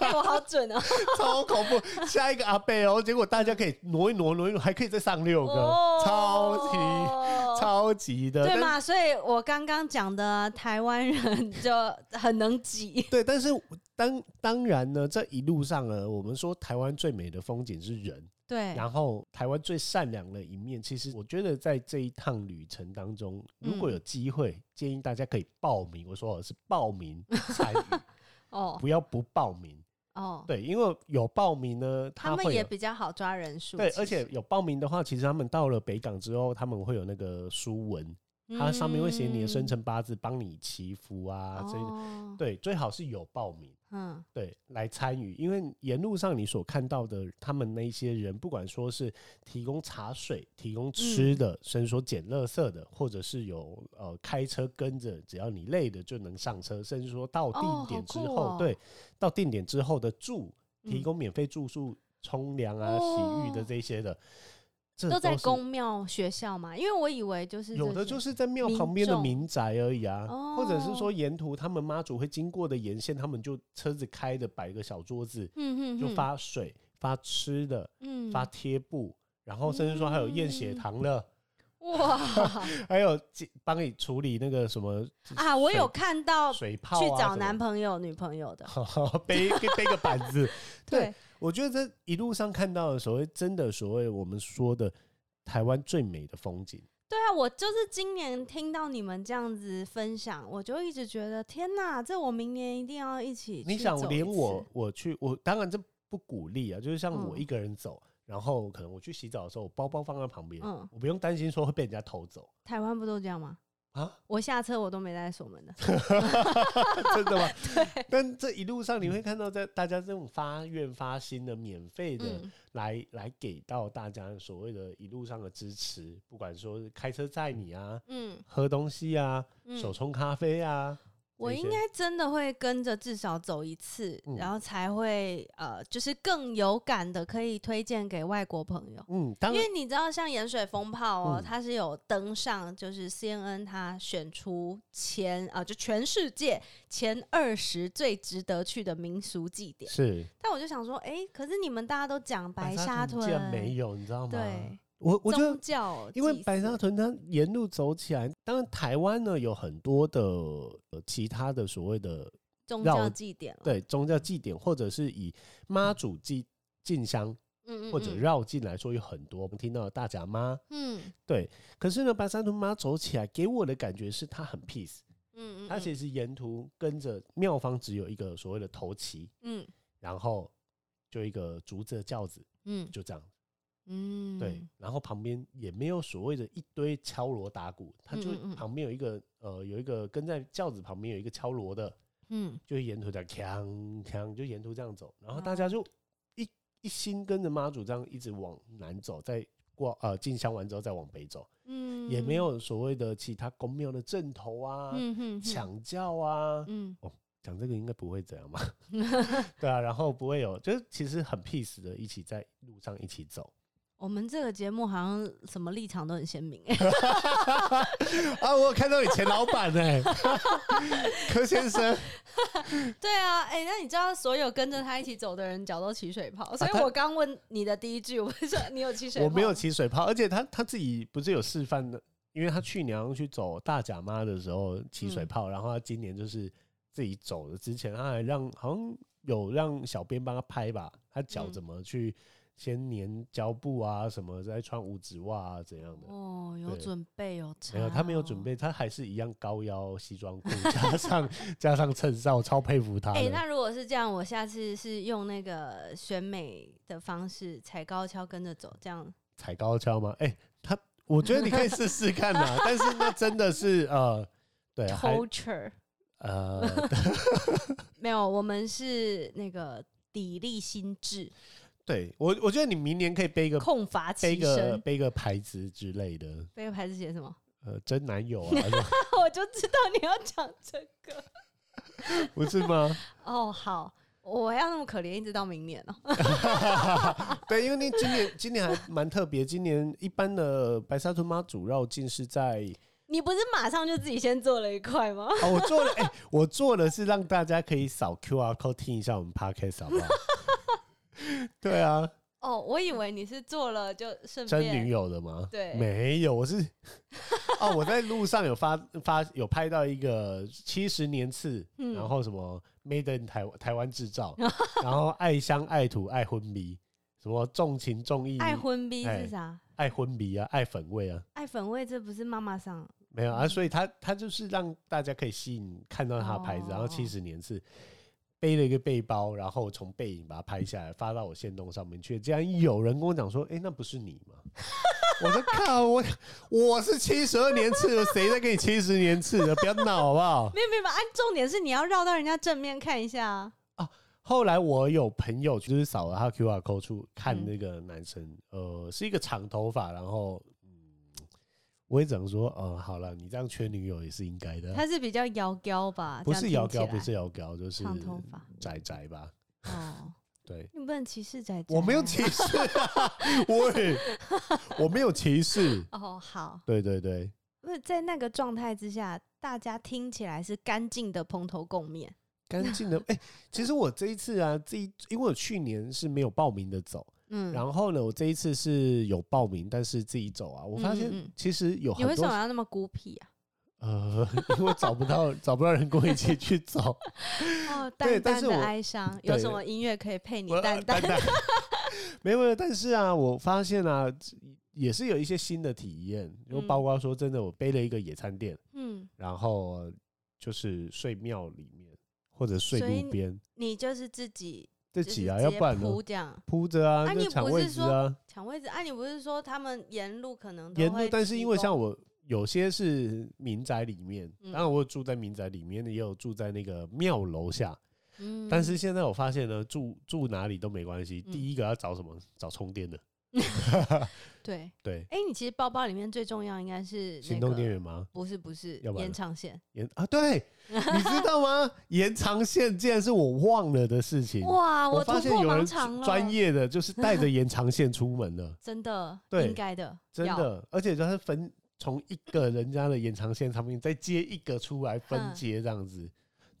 [SPEAKER 2] 哎，我好准哦！
[SPEAKER 1] 超恐怖。下一个阿贝哦，结果大家可以挪一挪，挪一挪，还可以再上六个，超级
[SPEAKER 2] 级。
[SPEAKER 1] 超级的。
[SPEAKER 2] 哦 对
[SPEAKER 1] 但
[SPEAKER 2] 嘛？所以我刚刚讲的台湾人 就很能挤，
[SPEAKER 1] 对，但是当当然呢，这一路上呢，我们说台湾最美的风景是人，
[SPEAKER 2] 对，
[SPEAKER 1] 然后台湾最善良的一面，其实我觉得在这一趟旅程当中，
[SPEAKER 2] 嗯
[SPEAKER 1] 如果有机会，建议大家可以报名。我说我是报名参 与，
[SPEAKER 2] 哦
[SPEAKER 1] 不要不报名。
[SPEAKER 2] 哦，
[SPEAKER 1] 对，因为有报名呢，
[SPEAKER 2] 他们
[SPEAKER 1] 会
[SPEAKER 2] 也
[SPEAKER 1] 有
[SPEAKER 2] 比较好抓人数，
[SPEAKER 1] 对，
[SPEAKER 2] 其
[SPEAKER 1] 而且
[SPEAKER 2] 实
[SPEAKER 1] 有报名的话，其实他们到了北港之后，他们会有那个书文，
[SPEAKER 2] 嗯
[SPEAKER 1] 它上面会写你的生辰八字，帮你祈福啊，
[SPEAKER 2] 嗯
[SPEAKER 1] 这一
[SPEAKER 2] 哦
[SPEAKER 1] 对，最好是有报名。
[SPEAKER 2] 嗯
[SPEAKER 1] 对，来参与，因为沿路上你所看到的，他们那一些人，不管说是提供茶水、提供吃
[SPEAKER 2] 嗯
[SPEAKER 1] 的，伸缩捡垃圾的，或者是有呃开车跟着，只要你累的就能上车，甚至说到
[SPEAKER 2] 哦
[SPEAKER 1] 定点
[SPEAKER 2] 好
[SPEAKER 1] 之
[SPEAKER 2] 酷
[SPEAKER 1] 后，
[SPEAKER 2] 哦
[SPEAKER 1] 对，到定点之后的住，提
[SPEAKER 2] 嗯
[SPEAKER 1] 供免费住宿、冲凉啊、洗浴的
[SPEAKER 2] 哦
[SPEAKER 1] 这些的，这
[SPEAKER 2] 都在
[SPEAKER 1] 是
[SPEAKER 2] 公庙学校嘛，因为我以为就是
[SPEAKER 1] 有的
[SPEAKER 2] 这
[SPEAKER 1] 就
[SPEAKER 2] 些
[SPEAKER 1] 是在庙
[SPEAKER 2] 民
[SPEAKER 1] 旁边的
[SPEAKER 2] 众
[SPEAKER 1] 民宅而已啊，或者是说
[SPEAKER 2] 哦
[SPEAKER 1] 沿途他们妈祖会经过的沿线，他们就车子开的摆个小桌子，
[SPEAKER 2] 嗯嗯
[SPEAKER 1] 就
[SPEAKER 2] 嗯
[SPEAKER 1] 发水、发吃的、
[SPEAKER 2] 嗯
[SPEAKER 1] 发贴布，然后甚至说还有验血糖了，
[SPEAKER 2] 哇
[SPEAKER 1] 还有解帮你处理那个什么
[SPEAKER 2] 啊！我
[SPEAKER 1] 水
[SPEAKER 2] 有看到去
[SPEAKER 1] 水泡、啊、
[SPEAKER 2] 找男朋友女朋友的，
[SPEAKER 1] 友 背背个板子。对
[SPEAKER 2] 对，
[SPEAKER 1] 我觉得这一路上看到的所谓真的所谓我们说的台湾最美的风景，
[SPEAKER 2] 对啊，我就是今年听到你们这样子分享，我就一直觉得天哪，这我明年一定要一起去走一
[SPEAKER 1] 你
[SPEAKER 2] 次。
[SPEAKER 1] 想连我我去我当然这不鼓励啊，就是像我
[SPEAKER 2] 嗯
[SPEAKER 1] 一个人走。然后可能我去洗澡的时候，我包包放在旁边，
[SPEAKER 2] 嗯
[SPEAKER 1] 我不用担心说会被人家偷 走
[SPEAKER 2] 台湾不都这样吗？
[SPEAKER 1] 啊。
[SPEAKER 2] 我下车我都没带锁门的，
[SPEAKER 1] 真的吗？但这一路上你会看到，在大家这种发愿发心的、免费的
[SPEAKER 2] 嗯
[SPEAKER 1] 来、来给到大家所谓的一路上的支持，不管说是开车载你啊、
[SPEAKER 2] 嗯
[SPEAKER 1] 喝东西啊、手
[SPEAKER 2] 嗯，
[SPEAKER 1] 冲咖啡啊，
[SPEAKER 2] 我
[SPEAKER 1] 这些
[SPEAKER 2] 应该真的会跟着至少走一次，
[SPEAKER 1] 嗯
[SPEAKER 2] 然后才会呃，就是更有感的可以推荐给外国朋友。
[SPEAKER 1] 嗯，当
[SPEAKER 2] 因
[SPEAKER 1] 然
[SPEAKER 2] 为你知道，像盐水风炮哦，
[SPEAKER 1] 嗯
[SPEAKER 2] 它是有登上，就是 CNN 它选出前啊、就全世界前二十最值得去的民俗祭典。
[SPEAKER 1] 是
[SPEAKER 2] 但我就想说，哎、可是你们大家都讲白沙
[SPEAKER 1] 屯竟然没
[SPEAKER 2] 屯，
[SPEAKER 1] 有，你知道吗？
[SPEAKER 2] 对，
[SPEAKER 1] 我我觉得
[SPEAKER 2] 宗教祭祀，
[SPEAKER 1] 因为白沙屯它沿路走起来，当然台湾呢有很多的、呃、其他的所谓的
[SPEAKER 2] 宗
[SPEAKER 1] 绕
[SPEAKER 2] 教祭典了，
[SPEAKER 1] 对宗教祭典，或者是以妈祖祭进香
[SPEAKER 2] 嗯嗯，
[SPEAKER 1] 或者
[SPEAKER 2] 嗯
[SPEAKER 1] 绕进来说有很多，我们听到的大甲妈，
[SPEAKER 2] 嗯
[SPEAKER 1] 对。可是呢，白沙屯妈走起来给我的感觉是她很 peace，
[SPEAKER 2] 嗯嗯，
[SPEAKER 1] 她其
[SPEAKER 2] 实
[SPEAKER 1] 实沿途跟着庙方只有一个所谓的头旗，
[SPEAKER 2] 嗯
[SPEAKER 1] 然后就一个竹子的轿子，
[SPEAKER 2] 嗯
[SPEAKER 1] 就这样，
[SPEAKER 2] 嗯，
[SPEAKER 1] 对。然后旁边也没有所谓的一堆敲锣打鼓，它就
[SPEAKER 2] 嗯嗯嗯
[SPEAKER 1] 旁边有一个呃有一个跟在轿子旁边有一个敲锣的，
[SPEAKER 2] 嗯
[SPEAKER 1] 就沿途在锵锵，就沿途这样走，然后大家就一一心跟着妈祖这样一直往南走，再过呃进香完之后再往北走，
[SPEAKER 2] 嗯，
[SPEAKER 1] 也没有所谓的其他宫庙的阵头啊、
[SPEAKER 2] 嗯嗯
[SPEAKER 1] 抢教啊，
[SPEAKER 2] 嗯
[SPEAKER 1] 讲这个应该不会怎样吧？ 对啊，然后不会有，就是其实很 peace 的，一起在路上一起走
[SPEAKER 2] 我们这个节目好像什么立场都很鲜明、
[SPEAKER 1] 啊！我有看到你前老板哎、 柯先生，
[SPEAKER 2] 对啊，哎、那你知道所有跟着他一起走的人脚都起水泡，所以
[SPEAKER 1] 啊他
[SPEAKER 2] 我刚问你的第一句，我说你有起水泡？
[SPEAKER 1] 我没有。起水泡，而且他他自己不是有示范的，因为他去年好像去走大甲
[SPEAKER 2] 嗯
[SPEAKER 1] 啊妈的时候起水泡，然后他今年就是自己走的。之前他还让好像有让小编帮他拍吧，他脚怎
[SPEAKER 2] 嗯
[SPEAKER 1] 么去先粘胶布啊，什么再穿五指袜啊，怎样的？
[SPEAKER 2] 哦，有
[SPEAKER 1] 对
[SPEAKER 2] 准备有差、
[SPEAKER 1] 没有，他没有准。备，他还是一样高腰西装裤，加上 加上衬衫，我超佩服他
[SPEAKER 2] 哎、
[SPEAKER 1] 的。
[SPEAKER 2] 那如果是这样，我下次是用那个选美的方式，踩高跷跟着走，这样
[SPEAKER 1] 踩高跷吗？哎、他我觉得你可以试试看呐、但是那真的是呃，对，还
[SPEAKER 2] culture
[SPEAKER 1] 呃，
[SPEAKER 2] 没有，我们是那个砥砺心智，
[SPEAKER 1] 对我我觉得你明年可以背一个
[SPEAKER 2] 控伐
[SPEAKER 1] 背一
[SPEAKER 2] 其
[SPEAKER 1] 个
[SPEAKER 2] 身。
[SPEAKER 1] 背一个牌子之类的，
[SPEAKER 2] 这个牌子写什么？
[SPEAKER 1] 呃，真男友啊，
[SPEAKER 2] 我就知道你要讲这个。
[SPEAKER 1] 不是吗？
[SPEAKER 2] 哦，好，我要那么可怜，一直到明年哦。
[SPEAKER 1] 对，因为你今年今年还蛮特别，今年一般的白沙屯妈祖绕境是在
[SPEAKER 2] 你不是马上就自己先做了一块吗？
[SPEAKER 1] 哦，我做了，哎、我做的是让大家可以扫 QR code 听一下我们 podcast 好不好？ 对啊，
[SPEAKER 2] 哦，我以为你是做了就顺
[SPEAKER 1] 真女
[SPEAKER 2] 便。
[SPEAKER 1] 友的吗？
[SPEAKER 2] 对
[SPEAKER 1] 没有，我是哦，我在路上有发发有拍到一个七十年次，
[SPEAKER 2] 嗯
[SPEAKER 1] 然后什么 Made in 台台湾制 造，然后爱乡爱土爱昏迷，什么重情重义
[SPEAKER 2] 爱婚逼
[SPEAKER 1] 哎
[SPEAKER 2] 是啥？
[SPEAKER 1] 爱昏迷啊，爱粉味啊，
[SPEAKER 2] 爱粉味这不是妈妈上
[SPEAKER 1] 没
[SPEAKER 2] 嗯
[SPEAKER 1] 有啊，所以他他就是让大家可以吸引看到他的牌子，然后
[SPEAKER 2] 哦
[SPEAKER 1] 七十年是背了一个背包，然后从背影把它拍下来，发到我线动上面去。竟然有人跟我讲说：“哎、那不是你吗？” 我说：“靠，我我是七十二年次的，谁在给你七十年次的？不要闹好不好
[SPEAKER 2] 没有没有，没有啊，重点是你要绕到人家正面看一下啊。？”
[SPEAKER 1] 后来我有朋友就是扫了他 QR code 处看
[SPEAKER 2] 嗯
[SPEAKER 1] 那个男生，呃，是一个长头发，然后嗯，我也只能说，呃，好了，你这样缺女友也是应该的啊。
[SPEAKER 2] 他是比较摇高吧？
[SPEAKER 1] 不是摇
[SPEAKER 2] 高，
[SPEAKER 1] 高，不是摇高，就是
[SPEAKER 2] 长头发。
[SPEAKER 1] 宅宅吧？
[SPEAKER 2] 哦，
[SPEAKER 1] 对，
[SPEAKER 2] 你不能歧视仔仔啊。
[SPEAKER 1] 我没有歧视啊，我我没有歧视。
[SPEAKER 2] 哦，好，
[SPEAKER 1] 对对对，
[SPEAKER 2] 不是在那个状态之下，大家听起来是干净的蓬头垢面。
[SPEAKER 1] 干净的。哎、其实我这一次啊，这一因为我去年是没有报名的走，
[SPEAKER 2] 嗯，
[SPEAKER 1] 然后呢，我这一次是有报名，但是自己走啊。我发现
[SPEAKER 2] 嗯嗯嗯
[SPEAKER 1] 其实有
[SPEAKER 2] 你为
[SPEAKER 1] 很
[SPEAKER 2] 什
[SPEAKER 1] 多
[SPEAKER 2] 么要那么孤僻啊？
[SPEAKER 1] 呃， 因为找不到找不到人跟我一起去走，
[SPEAKER 2] 哦，
[SPEAKER 1] 对但
[SPEAKER 2] 淡淡
[SPEAKER 1] 是
[SPEAKER 2] 的
[SPEAKER 1] 我
[SPEAKER 2] 哀伤，
[SPEAKER 1] 对
[SPEAKER 2] 有什么音乐可以配你
[SPEAKER 1] 我呃哎
[SPEAKER 2] 淡
[SPEAKER 1] 丹
[SPEAKER 2] 淡？
[SPEAKER 1] 丹，没有没有，但是啊，我发现啊，也是有一些新的体验，就
[SPEAKER 2] 嗯
[SPEAKER 1] 包括说真的，我背了一个野餐垫，
[SPEAKER 2] 嗯，
[SPEAKER 1] 然后就是睡庙里面或者睡
[SPEAKER 2] 所以
[SPEAKER 1] 路边
[SPEAKER 2] 你就是自己
[SPEAKER 1] 自
[SPEAKER 2] 就是
[SPEAKER 1] 己啊，
[SPEAKER 2] 直
[SPEAKER 1] 要
[SPEAKER 2] 接
[SPEAKER 1] 不然呢
[SPEAKER 2] 铺这样
[SPEAKER 1] 铺着啊，
[SPEAKER 2] 啊
[SPEAKER 1] 就
[SPEAKER 2] 你
[SPEAKER 1] 抢
[SPEAKER 2] 不
[SPEAKER 1] 位
[SPEAKER 2] 是
[SPEAKER 1] 置
[SPEAKER 2] 说
[SPEAKER 1] 啊，
[SPEAKER 2] 抢位置啊？你不是说他们沿路可能都
[SPEAKER 1] 沿路
[SPEAKER 2] 会。
[SPEAKER 1] 但是因为像我有些是民宅里面，
[SPEAKER 2] 嗯
[SPEAKER 1] 当然我有住在民宅里面，也有住在那个庙楼下。
[SPEAKER 2] 嗯，
[SPEAKER 1] 但是现在我发现呢，住住哪里都没关系。
[SPEAKER 2] 嗯
[SPEAKER 1] 第一个要找什么？找充电的，
[SPEAKER 2] 对，
[SPEAKER 1] 对，
[SPEAKER 2] 哎、你其实包包里面最重要应该是、那个
[SPEAKER 1] 行动电源吗？
[SPEAKER 2] 不是不是
[SPEAKER 1] 要不然
[SPEAKER 2] 延
[SPEAKER 1] 呢
[SPEAKER 2] 长线。
[SPEAKER 1] 延啊，对，你知道吗？ 延长线竟然是我忘了的事情。
[SPEAKER 2] 哇，
[SPEAKER 1] 嗯我
[SPEAKER 2] 突
[SPEAKER 1] 发现
[SPEAKER 2] 破
[SPEAKER 1] 有人
[SPEAKER 2] 盲肠了，
[SPEAKER 1] 专业的就是带着延长线出门了。
[SPEAKER 2] 真的，
[SPEAKER 1] 对
[SPEAKER 2] 应该的，
[SPEAKER 1] 真
[SPEAKER 2] 要。
[SPEAKER 1] 的，而且它是分从一个人家的延长线上面再接一个出来分
[SPEAKER 2] 嗯
[SPEAKER 1] 接这样子，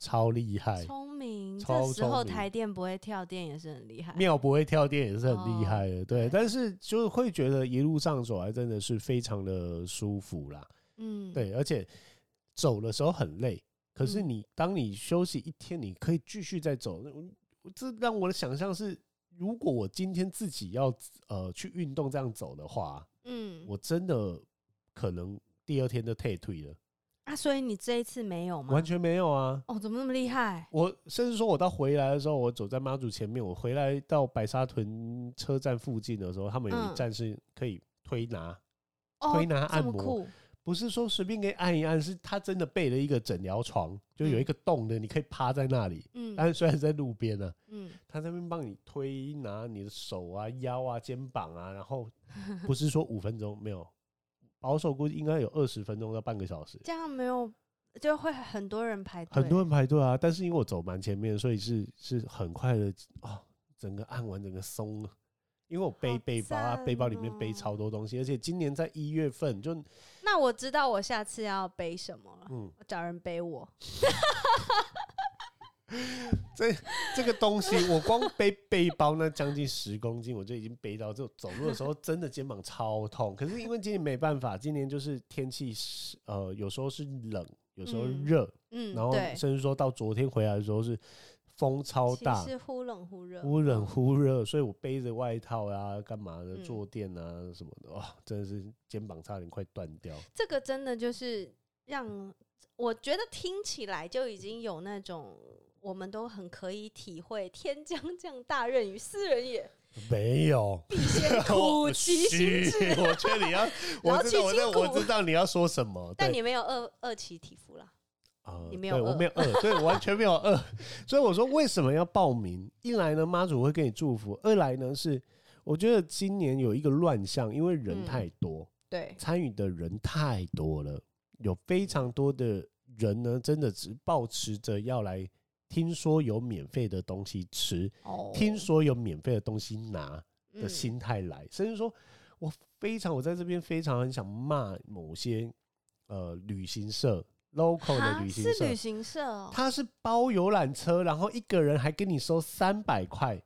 [SPEAKER 1] 超厉害。
[SPEAKER 2] 聪明，
[SPEAKER 1] 哎超
[SPEAKER 2] 这时
[SPEAKER 1] 聪
[SPEAKER 2] 候
[SPEAKER 1] 明
[SPEAKER 2] 台电不会跳电也是很厉害。
[SPEAKER 1] 庙不会跳电也是很厉
[SPEAKER 2] 哦
[SPEAKER 1] 害的，对，但是就会觉得一路上走来真的是非常的舒服啦，
[SPEAKER 2] 嗯，
[SPEAKER 1] 对，而且走的时候很累，可是
[SPEAKER 2] 嗯
[SPEAKER 1] 你当你休息一天，你可以继续再走，那我我这让我的想象是，如果我今天自己要呃去运动这样走的话，
[SPEAKER 2] 嗯，
[SPEAKER 1] 我真的可能第二天就退退了。
[SPEAKER 2] 啊，所以你这一次没有吗？
[SPEAKER 1] 完全没有啊！
[SPEAKER 2] 哦，怎么那么厉害？
[SPEAKER 1] 我甚至说我到回来的时候，我走在妈祖前面，我回来到白沙屯车站附近的时候，他们有一
[SPEAKER 2] 嗯
[SPEAKER 1] 站是可以推拿，
[SPEAKER 2] 哦，
[SPEAKER 1] 推拿按
[SPEAKER 2] 这么
[SPEAKER 1] 摩
[SPEAKER 2] 酷，
[SPEAKER 1] 不是说随便给你按一按，是他真的备了一个诊疗床，就有一个洞的，你可以趴在那里。但
[SPEAKER 2] 嗯
[SPEAKER 1] 是虽然在路边呢、啊，
[SPEAKER 2] 嗯，
[SPEAKER 1] 他在那边帮你推拿你的手啊、腰啊、肩膀啊，然 后不是说五分钟没有，保守估计应该有二十分钟到半个小时。
[SPEAKER 2] 这样没有就会很多人排队，
[SPEAKER 1] 很多人排队啊，但是因为我走蛮前面，所以是是很快的哦，整个按完整个松了。啊因为我背
[SPEAKER 2] 好
[SPEAKER 1] 背包啊，
[SPEAKER 2] 赞
[SPEAKER 1] 背包里面背
[SPEAKER 2] 哦
[SPEAKER 1] 超多东西，而且今年在一月份就
[SPEAKER 2] 那我知道我下次要背什么了，
[SPEAKER 1] 嗯，
[SPEAKER 2] 我找人背我。
[SPEAKER 1] 这个东西 我光背背包那将近十公斤，我就已经背到就走路的时候真的肩膀超痛。可是因为今年没办法，今年就是天气是呃有时候是冷，有时候
[SPEAKER 2] 嗯
[SPEAKER 1] 热，
[SPEAKER 2] 嗯，
[SPEAKER 1] 然后
[SPEAKER 2] 对，
[SPEAKER 1] 甚至说到昨天回来的时候是风超
[SPEAKER 2] 其
[SPEAKER 1] 大，
[SPEAKER 2] 实忽冷忽热，
[SPEAKER 1] 忽冷忽热，所以我背着外套啊，干嘛的，
[SPEAKER 2] 嗯
[SPEAKER 1] 坐垫啊什么的，哇，真的是肩膀差点快断掉。
[SPEAKER 2] 这个真的就是让我觉得听起来就已经有那种我们都很可以体会“天将降大任于斯人也，
[SPEAKER 1] 没有，哦
[SPEAKER 2] 必先苦其心 志
[SPEAKER 1] 是我觉得你要，
[SPEAKER 2] 然
[SPEAKER 1] 我
[SPEAKER 2] 后
[SPEAKER 1] 知道，我
[SPEAKER 2] 去
[SPEAKER 1] 知道，
[SPEAKER 2] 筋骨
[SPEAKER 1] 我知道你要说什么。”，
[SPEAKER 2] 但
[SPEAKER 1] 对
[SPEAKER 2] 你没有饿饿其体肤啦。
[SPEAKER 1] 呃
[SPEAKER 2] 你没有
[SPEAKER 1] 对我
[SPEAKER 2] 饿
[SPEAKER 1] 没有饿，对，我完全没有饿。 所以我说为什么要报名？一来呢，妈祖会给你祝福；二来呢，是我觉得今年有一个乱象，因为人
[SPEAKER 2] 嗯
[SPEAKER 1] 太多，
[SPEAKER 2] 对，
[SPEAKER 1] 参与的人太多了，有非常多的人呢，真的只抱持着要来。听说有免费的东西吃，
[SPEAKER 2] 哦
[SPEAKER 1] 听说有免费的东西拿的
[SPEAKER 2] 嗯
[SPEAKER 1] 心态来，甚至说我非常，我在这边非常很想骂某些呃旅行社 local 的
[SPEAKER 2] 哈
[SPEAKER 1] 旅行
[SPEAKER 2] 是
[SPEAKER 1] 社
[SPEAKER 2] 旅，行社哦，
[SPEAKER 1] 他是包游览车，然后一个人还跟你收三百块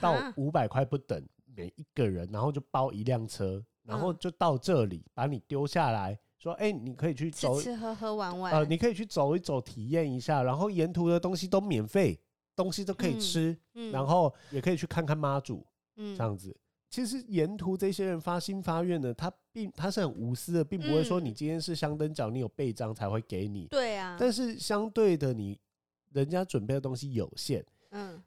[SPEAKER 1] 到
[SPEAKER 2] 哈
[SPEAKER 1] 五百块不等，每一个人，然后就包一辆车，然后
[SPEAKER 2] 嗯
[SPEAKER 1] 就到这里把你丢下来，说：“哎、你可以去
[SPEAKER 2] 吃
[SPEAKER 1] 走，
[SPEAKER 2] 吃喝喝玩玩，
[SPEAKER 1] 呃，你可以去走一走，体验一下，然后沿途的东西都免费，东西都可以
[SPEAKER 2] 嗯
[SPEAKER 1] 吃，
[SPEAKER 2] 嗯
[SPEAKER 1] 然后也可以去看看妈祖
[SPEAKER 2] 嗯
[SPEAKER 1] 这样子。”其实沿途这些人发心发愿的，他并他是很无私的，并不会说
[SPEAKER 2] 嗯
[SPEAKER 1] 你今天是香灯脚，你有背章才会给你，
[SPEAKER 2] 对啊，
[SPEAKER 1] 但是相对的你，人家准备的东西有限，
[SPEAKER 2] 嗯，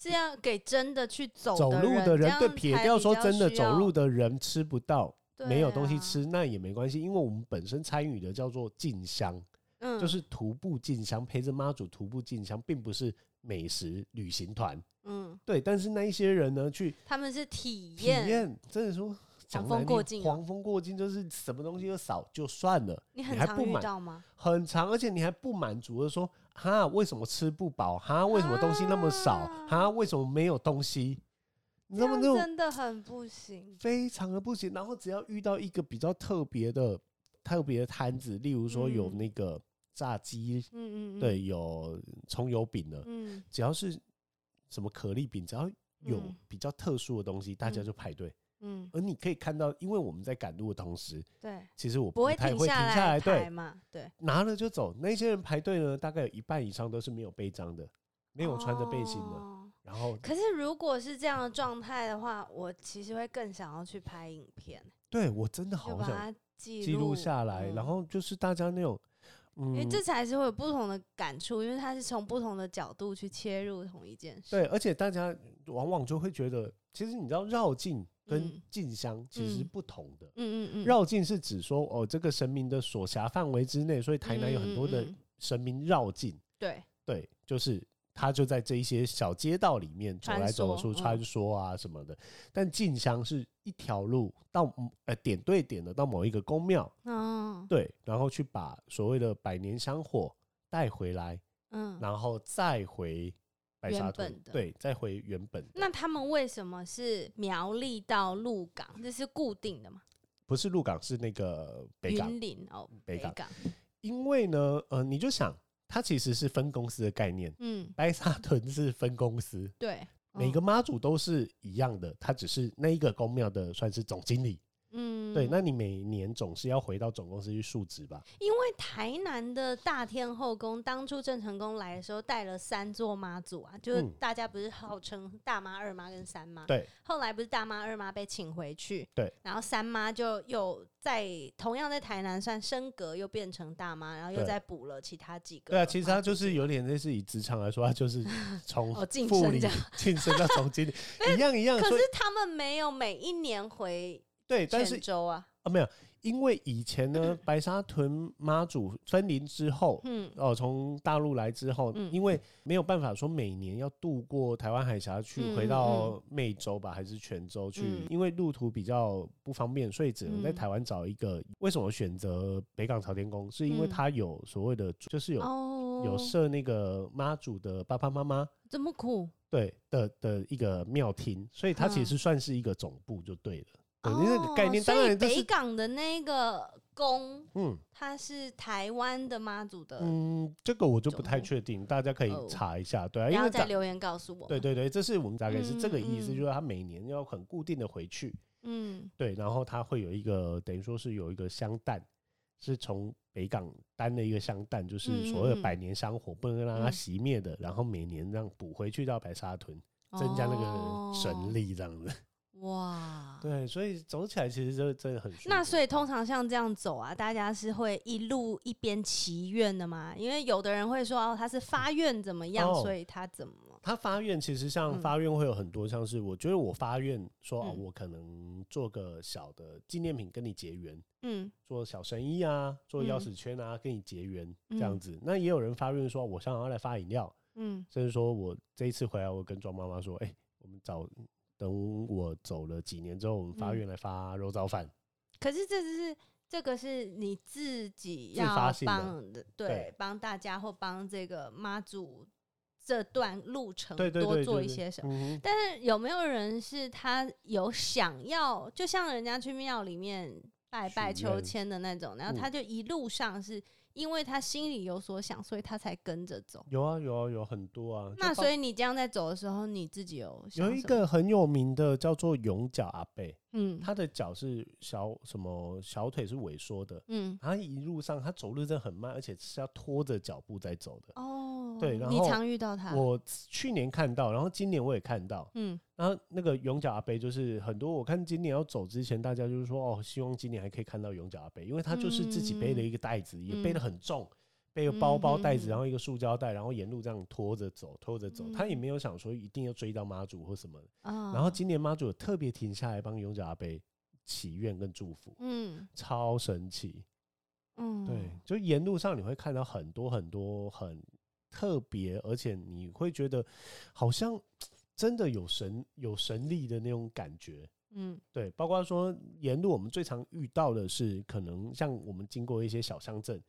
[SPEAKER 2] 是要给真的去走
[SPEAKER 1] 走路
[SPEAKER 2] 的
[SPEAKER 1] 的人对
[SPEAKER 2] 这样
[SPEAKER 1] 撇
[SPEAKER 2] 才
[SPEAKER 1] 掉
[SPEAKER 2] 比
[SPEAKER 1] 说
[SPEAKER 2] 较
[SPEAKER 1] 真的，
[SPEAKER 2] 需
[SPEAKER 1] 走
[SPEAKER 2] 要
[SPEAKER 1] 路的人吃不到，没有东西，
[SPEAKER 2] 对啊
[SPEAKER 1] 吃那也没关系，因为我们本身参与的叫做进香，
[SPEAKER 2] 嗯，
[SPEAKER 1] 就是徒步进香，陪着妈祖徒步进香，并不是美食旅行团。
[SPEAKER 2] 嗯，
[SPEAKER 1] 对，但是那一些人呢，去
[SPEAKER 2] 他们是体
[SPEAKER 1] 体验，真的说。讲
[SPEAKER 2] 风
[SPEAKER 1] 难
[SPEAKER 2] 过
[SPEAKER 1] 听
[SPEAKER 2] 境啊
[SPEAKER 1] 狂风过境就是什么东西都少就算了，
[SPEAKER 2] 你很
[SPEAKER 1] 还
[SPEAKER 2] 常
[SPEAKER 1] 不
[SPEAKER 2] 遇
[SPEAKER 1] 满
[SPEAKER 2] 到吗？
[SPEAKER 1] 很长，而且你还不满足的说，哈，为什么吃不饱？哈，为什么东西那么少？
[SPEAKER 2] 啊
[SPEAKER 1] 哈，为什么没有东西？你知
[SPEAKER 2] 这
[SPEAKER 1] 道吗？
[SPEAKER 2] 样
[SPEAKER 1] 那种
[SPEAKER 2] 真的很不行。
[SPEAKER 1] 非常的不行。然后只要遇到一个比较特别的、特别的摊子，例如说有
[SPEAKER 2] 嗯
[SPEAKER 1] 那个炸鸡，
[SPEAKER 2] 嗯嗯，嗯，
[SPEAKER 1] 对，有葱油饼的，
[SPEAKER 2] 嗯，
[SPEAKER 1] 只要是什么可丽饼，只要有
[SPEAKER 2] 嗯
[SPEAKER 1] 比较特殊的东西，大家
[SPEAKER 2] 嗯
[SPEAKER 1] 就排队。
[SPEAKER 2] 嗯，
[SPEAKER 1] 而你可以看到，因为我们在赶路的同时，
[SPEAKER 2] 对，
[SPEAKER 1] 其实我
[SPEAKER 2] 不会
[SPEAKER 1] 太
[SPEAKER 2] 停
[SPEAKER 1] 会停下来，对
[SPEAKER 2] 排，嘛，对，
[SPEAKER 1] 拿了就走。那些人排队呢，大概有一半以上都是没有背章的，没有穿着背心的。
[SPEAKER 2] 哦
[SPEAKER 1] 然后，
[SPEAKER 2] 可是如果是这样的状态的话，我其实会更想要去拍影片，
[SPEAKER 1] 对我真的
[SPEAKER 2] 就
[SPEAKER 1] 好
[SPEAKER 2] 把
[SPEAKER 1] 想
[SPEAKER 2] 它记
[SPEAKER 1] 记录下来。
[SPEAKER 2] 嗯
[SPEAKER 1] 然后就是大家那种，
[SPEAKER 2] 因为
[SPEAKER 1] 嗯，
[SPEAKER 2] 这才是会有不同的感触，因为它是从不同的角度去切入同一件事。
[SPEAKER 1] 对，而且大家往往就会觉得，其实你知道绕境跟
[SPEAKER 2] 嗯
[SPEAKER 1] 进香其实是
[SPEAKER 2] 嗯
[SPEAKER 1] 不同的。
[SPEAKER 2] 嗯嗯嗯，
[SPEAKER 1] 绕境是指说哦，这个神明的所辖范围之内，所以台南有很多的
[SPEAKER 2] 嗯嗯嗯
[SPEAKER 1] 神明绕境。
[SPEAKER 2] 对，
[SPEAKER 1] 对，就是他就在这一些小街道里面走
[SPEAKER 2] 穿
[SPEAKER 1] 来走
[SPEAKER 2] 梭
[SPEAKER 1] 去、
[SPEAKER 2] 嗯
[SPEAKER 1] 穿梭啊什么的。但进香是一条路到某呃点对点的到某一个宫庙，
[SPEAKER 2] 嗯
[SPEAKER 1] 对，然后去把所谓的百年香火带回来，
[SPEAKER 2] 嗯，
[SPEAKER 1] 然后再回白沙
[SPEAKER 2] 原
[SPEAKER 1] 屯
[SPEAKER 2] 本，的
[SPEAKER 1] 对，再回原本的。
[SPEAKER 2] 那他们为什么是苗栗到鹿港？这是固定的嘛？
[SPEAKER 1] 不是鹿港，是那个北港。
[SPEAKER 2] 云林哦，
[SPEAKER 1] 北
[SPEAKER 2] 北
[SPEAKER 1] 港因为呢，呃，你就想，它其实是分公司的概念，
[SPEAKER 2] 嗯，
[SPEAKER 1] 白沙屯是分公司，
[SPEAKER 2] 对，
[SPEAKER 1] 嗯
[SPEAKER 2] 哦
[SPEAKER 1] 每
[SPEAKER 2] 嗯
[SPEAKER 1] 个妈祖都是一样的，他只是那一个宫庙的算是总经理。
[SPEAKER 2] 嗯，嗯
[SPEAKER 1] 对，那你每年总是要回到总公司去述职吧？
[SPEAKER 2] 因为台南的大天后宫，当初郑成功来的时候带了三座妈祖啊，就是
[SPEAKER 1] 嗯
[SPEAKER 2] 大家不是号称大妈、二妈跟三妈，
[SPEAKER 1] 对，
[SPEAKER 2] 后来不是大妈、二妈被请回去，
[SPEAKER 1] 对，
[SPEAKER 2] 然后三妈就又在同样在台南算升格，又变成大妈，然后又
[SPEAKER 1] 对
[SPEAKER 2] 再补了其他几个
[SPEAKER 1] 对啊，
[SPEAKER 2] 妈祖进来。
[SPEAKER 1] 其实他就是有点类似以职场来说，他就是从
[SPEAKER 2] 哦晋
[SPEAKER 1] 副
[SPEAKER 2] 升
[SPEAKER 1] 理
[SPEAKER 2] 这样
[SPEAKER 1] 晋升到总 经理，一样一样。
[SPEAKER 2] 可
[SPEAKER 1] 所以
[SPEAKER 2] 是他们没有每一年回
[SPEAKER 1] 对，但是
[SPEAKER 2] 泉州啊，
[SPEAKER 1] 啊没有，因为以前呢，白沙屯妈祖分灵之后，
[SPEAKER 2] 嗯，
[SPEAKER 1] 哦，从大陆来之后，
[SPEAKER 2] 嗯
[SPEAKER 1] 因为没有办法说每年要渡过台湾海峡去
[SPEAKER 2] 嗯
[SPEAKER 1] 回到湄洲吧，还是泉州去，
[SPEAKER 2] 嗯
[SPEAKER 1] 因为路途比较不方便，所以只能在
[SPEAKER 2] 嗯
[SPEAKER 1] 台湾找一个。为什么选择北港朝天宫？是因为
[SPEAKER 2] 嗯
[SPEAKER 1] 它有所谓的，就是有、
[SPEAKER 2] 哦，
[SPEAKER 1] 有设那个妈祖的爸爸妈妈。
[SPEAKER 2] 这么苦，
[SPEAKER 1] 对的的一个庙厅，所以它其实算是一一个总部就对了。对，因为那个
[SPEAKER 2] 嗯哦
[SPEAKER 1] 概念
[SPEAKER 2] 所
[SPEAKER 1] 当
[SPEAKER 2] 以
[SPEAKER 1] 然就
[SPEAKER 2] 北
[SPEAKER 1] 是
[SPEAKER 2] 港的那个宫，
[SPEAKER 1] 嗯
[SPEAKER 2] 它是台湾的妈祖的，
[SPEAKER 1] 嗯，这个我就不
[SPEAKER 2] 总
[SPEAKER 1] 太
[SPEAKER 2] 部
[SPEAKER 1] 确定，大家可以
[SPEAKER 2] 哦
[SPEAKER 1] 查一下。对啊，因
[SPEAKER 2] 然后
[SPEAKER 1] 为
[SPEAKER 2] 再
[SPEAKER 1] 咱
[SPEAKER 2] 留言告诉我。
[SPEAKER 1] 对，对对，这是我们大概是这个
[SPEAKER 2] 嗯
[SPEAKER 1] 意思，
[SPEAKER 2] 嗯
[SPEAKER 1] 就是他每年要很固定的回去，
[SPEAKER 2] 嗯
[SPEAKER 1] 对，然后他会有一个等于说是有一个香弹，是从北港担了一个香蛋，就是所谓的百年香火，不能让它
[SPEAKER 2] 嗯
[SPEAKER 1] 熄灭的，然后每年让补回去到白沙屯，增加那个神力这样子。
[SPEAKER 2] 哦哇。
[SPEAKER 1] 对，所以走起来其实就真的很舒服。
[SPEAKER 2] 那所以通常像这样走啊，大家是会一路一边祈愿的嘛？因为有的人会说哦，他是发愿怎么样，
[SPEAKER 1] 哦
[SPEAKER 2] 所以他怎么
[SPEAKER 1] 他发愿其实像
[SPEAKER 2] 嗯
[SPEAKER 1] 发愿会有很多，像是我觉得我发愿说、啊，
[SPEAKER 2] 嗯
[SPEAKER 1] 我可能做个小的纪念品跟你结缘，
[SPEAKER 2] 嗯
[SPEAKER 1] 做小生意啊，做钥
[SPEAKER 2] 嗯
[SPEAKER 1] 匙圈啊，跟你结缘这
[SPEAKER 2] 嗯
[SPEAKER 1] 样子。那也有人发愿说，我想要来发饮料，
[SPEAKER 2] 嗯
[SPEAKER 1] 甚至说我这一次回来，我跟庄妈妈说，哎、我们找等我走了几年之后，我们发
[SPEAKER 2] 嗯
[SPEAKER 1] 愿来发肉燥饭。
[SPEAKER 2] 可是这只是这个是你自己
[SPEAKER 1] 自发
[SPEAKER 2] 要
[SPEAKER 1] 性的
[SPEAKER 2] 帮的，对
[SPEAKER 1] 对，
[SPEAKER 2] 帮大家或帮这个妈祖这段路程
[SPEAKER 1] 对对
[SPEAKER 2] 多
[SPEAKER 1] 对，
[SPEAKER 2] 做
[SPEAKER 1] 对
[SPEAKER 2] 一
[SPEAKER 1] 对
[SPEAKER 2] 些什么。
[SPEAKER 1] 嗯哼
[SPEAKER 2] 但是有没有人是他有想要，就像人家去庙里面拜拜
[SPEAKER 1] 许
[SPEAKER 2] 求
[SPEAKER 1] 愿嗯
[SPEAKER 2] 签的那种，然后他就一路上是因为他心里有所想，所以他才跟着走。
[SPEAKER 1] 有啊有啊有很多啊。
[SPEAKER 2] 那所
[SPEAKER 1] 以
[SPEAKER 2] 以你这样在走的时候，你自己有想
[SPEAKER 1] 有一
[SPEAKER 2] 什么
[SPEAKER 1] 个很有名的叫做永角阿贝，
[SPEAKER 2] 嗯
[SPEAKER 1] 他的脚是小什么小腿是萎缩的，
[SPEAKER 2] 嗯
[SPEAKER 1] 他一路上他走路真的很慢，而且是要拖着脚步在走的。
[SPEAKER 2] 哦，
[SPEAKER 1] 对然
[SPEAKER 2] 你
[SPEAKER 1] 后
[SPEAKER 2] 常遇到他，
[SPEAKER 1] 我去年看到，然后今年我也看到，
[SPEAKER 2] 嗯
[SPEAKER 1] 然后那个永角阿贝就是很多，我看今年要走之前，大家就是说哦，希望今年还可以看到永角阿贝，因为他就是自己背了一个袋子，也背得很重，背个包包袋子，
[SPEAKER 2] 嗯
[SPEAKER 1] 然后一个塑胶袋，然后沿路这样拖着走，拖着走，
[SPEAKER 2] 嗯
[SPEAKER 1] 他也没有想说一定要追到妈祖或什么的。
[SPEAKER 2] 啊，
[SPEAKER 1] 然后今年妈祖有特别停下来帮永角阿贝祈愿跟祝福，
[SPEAKER 2] 嗯
[SPEAKER 1] 超神奇。
[SPEAKER 2] 嗯
[SPEAKER 1] 对，就沿路上你会看到很多很多很特别，而且你会觉得好像真的有神有神力的那种感觉。
[SPEAKER 2] 嗯
[SPEAKER 1] 对，包括说沿路我们最常遇到的是，可能像我们经过一些小乡镇，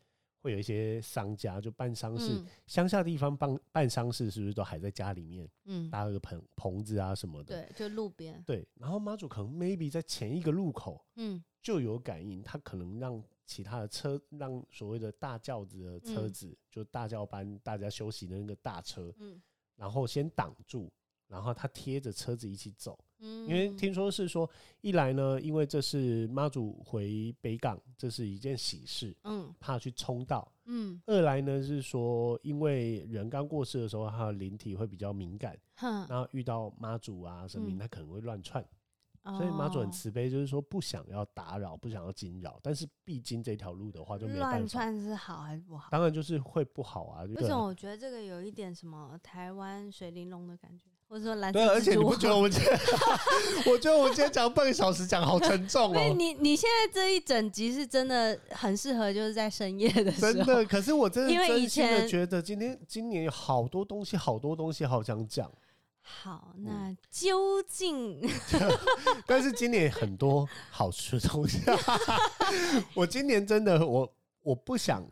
[SPEAKER 1] 会有一些商家就办丧事，
[SPEAKER 2] 嗯
[SPEAKER 1] 乡、下地方办办丧事是不是都还在家里面
[SPEAKER 2] 嗯，
[SPEAKER 1] 搭个棚棚子啊什么的？
[SPEAKER 2] 对，就路边，
[SPEAKER 1] 对，然后妈祖可能 maybe 在前一个路口，
[SPEAKER 2] 嗯
[SPEAKER 1] 就有感应，它可能让其他的车，让所谓的大轿子的车
[SPEAKER 2] 嗯
[SPEAKER 1] 子，就大轿班大家休息的那个大车，
[SPEAKER 2] 嗯
[SPEAKER 1] 然后先挡住，然后它贴着车子一起走。
[SPEAKER 2] 嗯，
[SPEAKER 1] 因为听说是说，一来呢，因为这是妈祖回北港，这是一件喜事，
[SPEAKER 2] 嗯
[SPEAKER 1] 怕去冲到；
[SPEAKER 2] 嗯
[SPEAKER 1] 二来呢是说，因为人刚过世的时候，他的灵体会比较敏感，
[SPEAKER 2] 哼，
[SPEAKER 1] 然后遇到妈祖啊神明，
[SPEAKER 2] 嗯
[SPEAKER 1] 他可能会乱窜。所以妈祖很
[SPEAKER 2] 哦
[SPEAKER 1] 慈悲，就是说不想要打扰，不想要惊扰，但是必经这条路的话就没有办
[SPEAKER 2] 乱
[SPEAKER 1] 法。
[SPEAKER 2] 窜是好还是不好？
[SPEAKER 1] 当然就是会不好啊，
[SPEAKER 2] 为什
[SPEAKER 1] 对
[SPEAKER 2] 么
[SPEAKER 1] 啊。
[SPEAKER 2] 我觉得这个有一点什么台湾水玲珑的感觉，或者说蓝色
[SPEAKER 1] 对，啊而且你
[SPEAKER 2] 蜘蛛
[SPEAKER 1] 不 觉得
[SPEAKER 2] 网？
[SPEAKER 1] 我们今天，我觉得我们今天讲半个小时，讲好沉重
[SPEAKER 2] 因为
[SPEAKER 1] 哦、
[SPEAKER 2] 你你现在这一整集是真的很适合，就是在深夜的时候。
[SPEAKER 1] 真的，可是我真的
[SPEAKER 2] 因为以
[SPEAKER 1] 真心的
[SPEAKER 2] 前
[SPEAKER 1] 觉得今天今年有好多东西，好多东西好想讲，
[SPEAKER 2] 好，那
[SPEAKER 1] 嗯
[SPEAKER 2] 究竟
[SPEAKER 1] 但是今年很多好吃的东西。 我今年真的，我我不想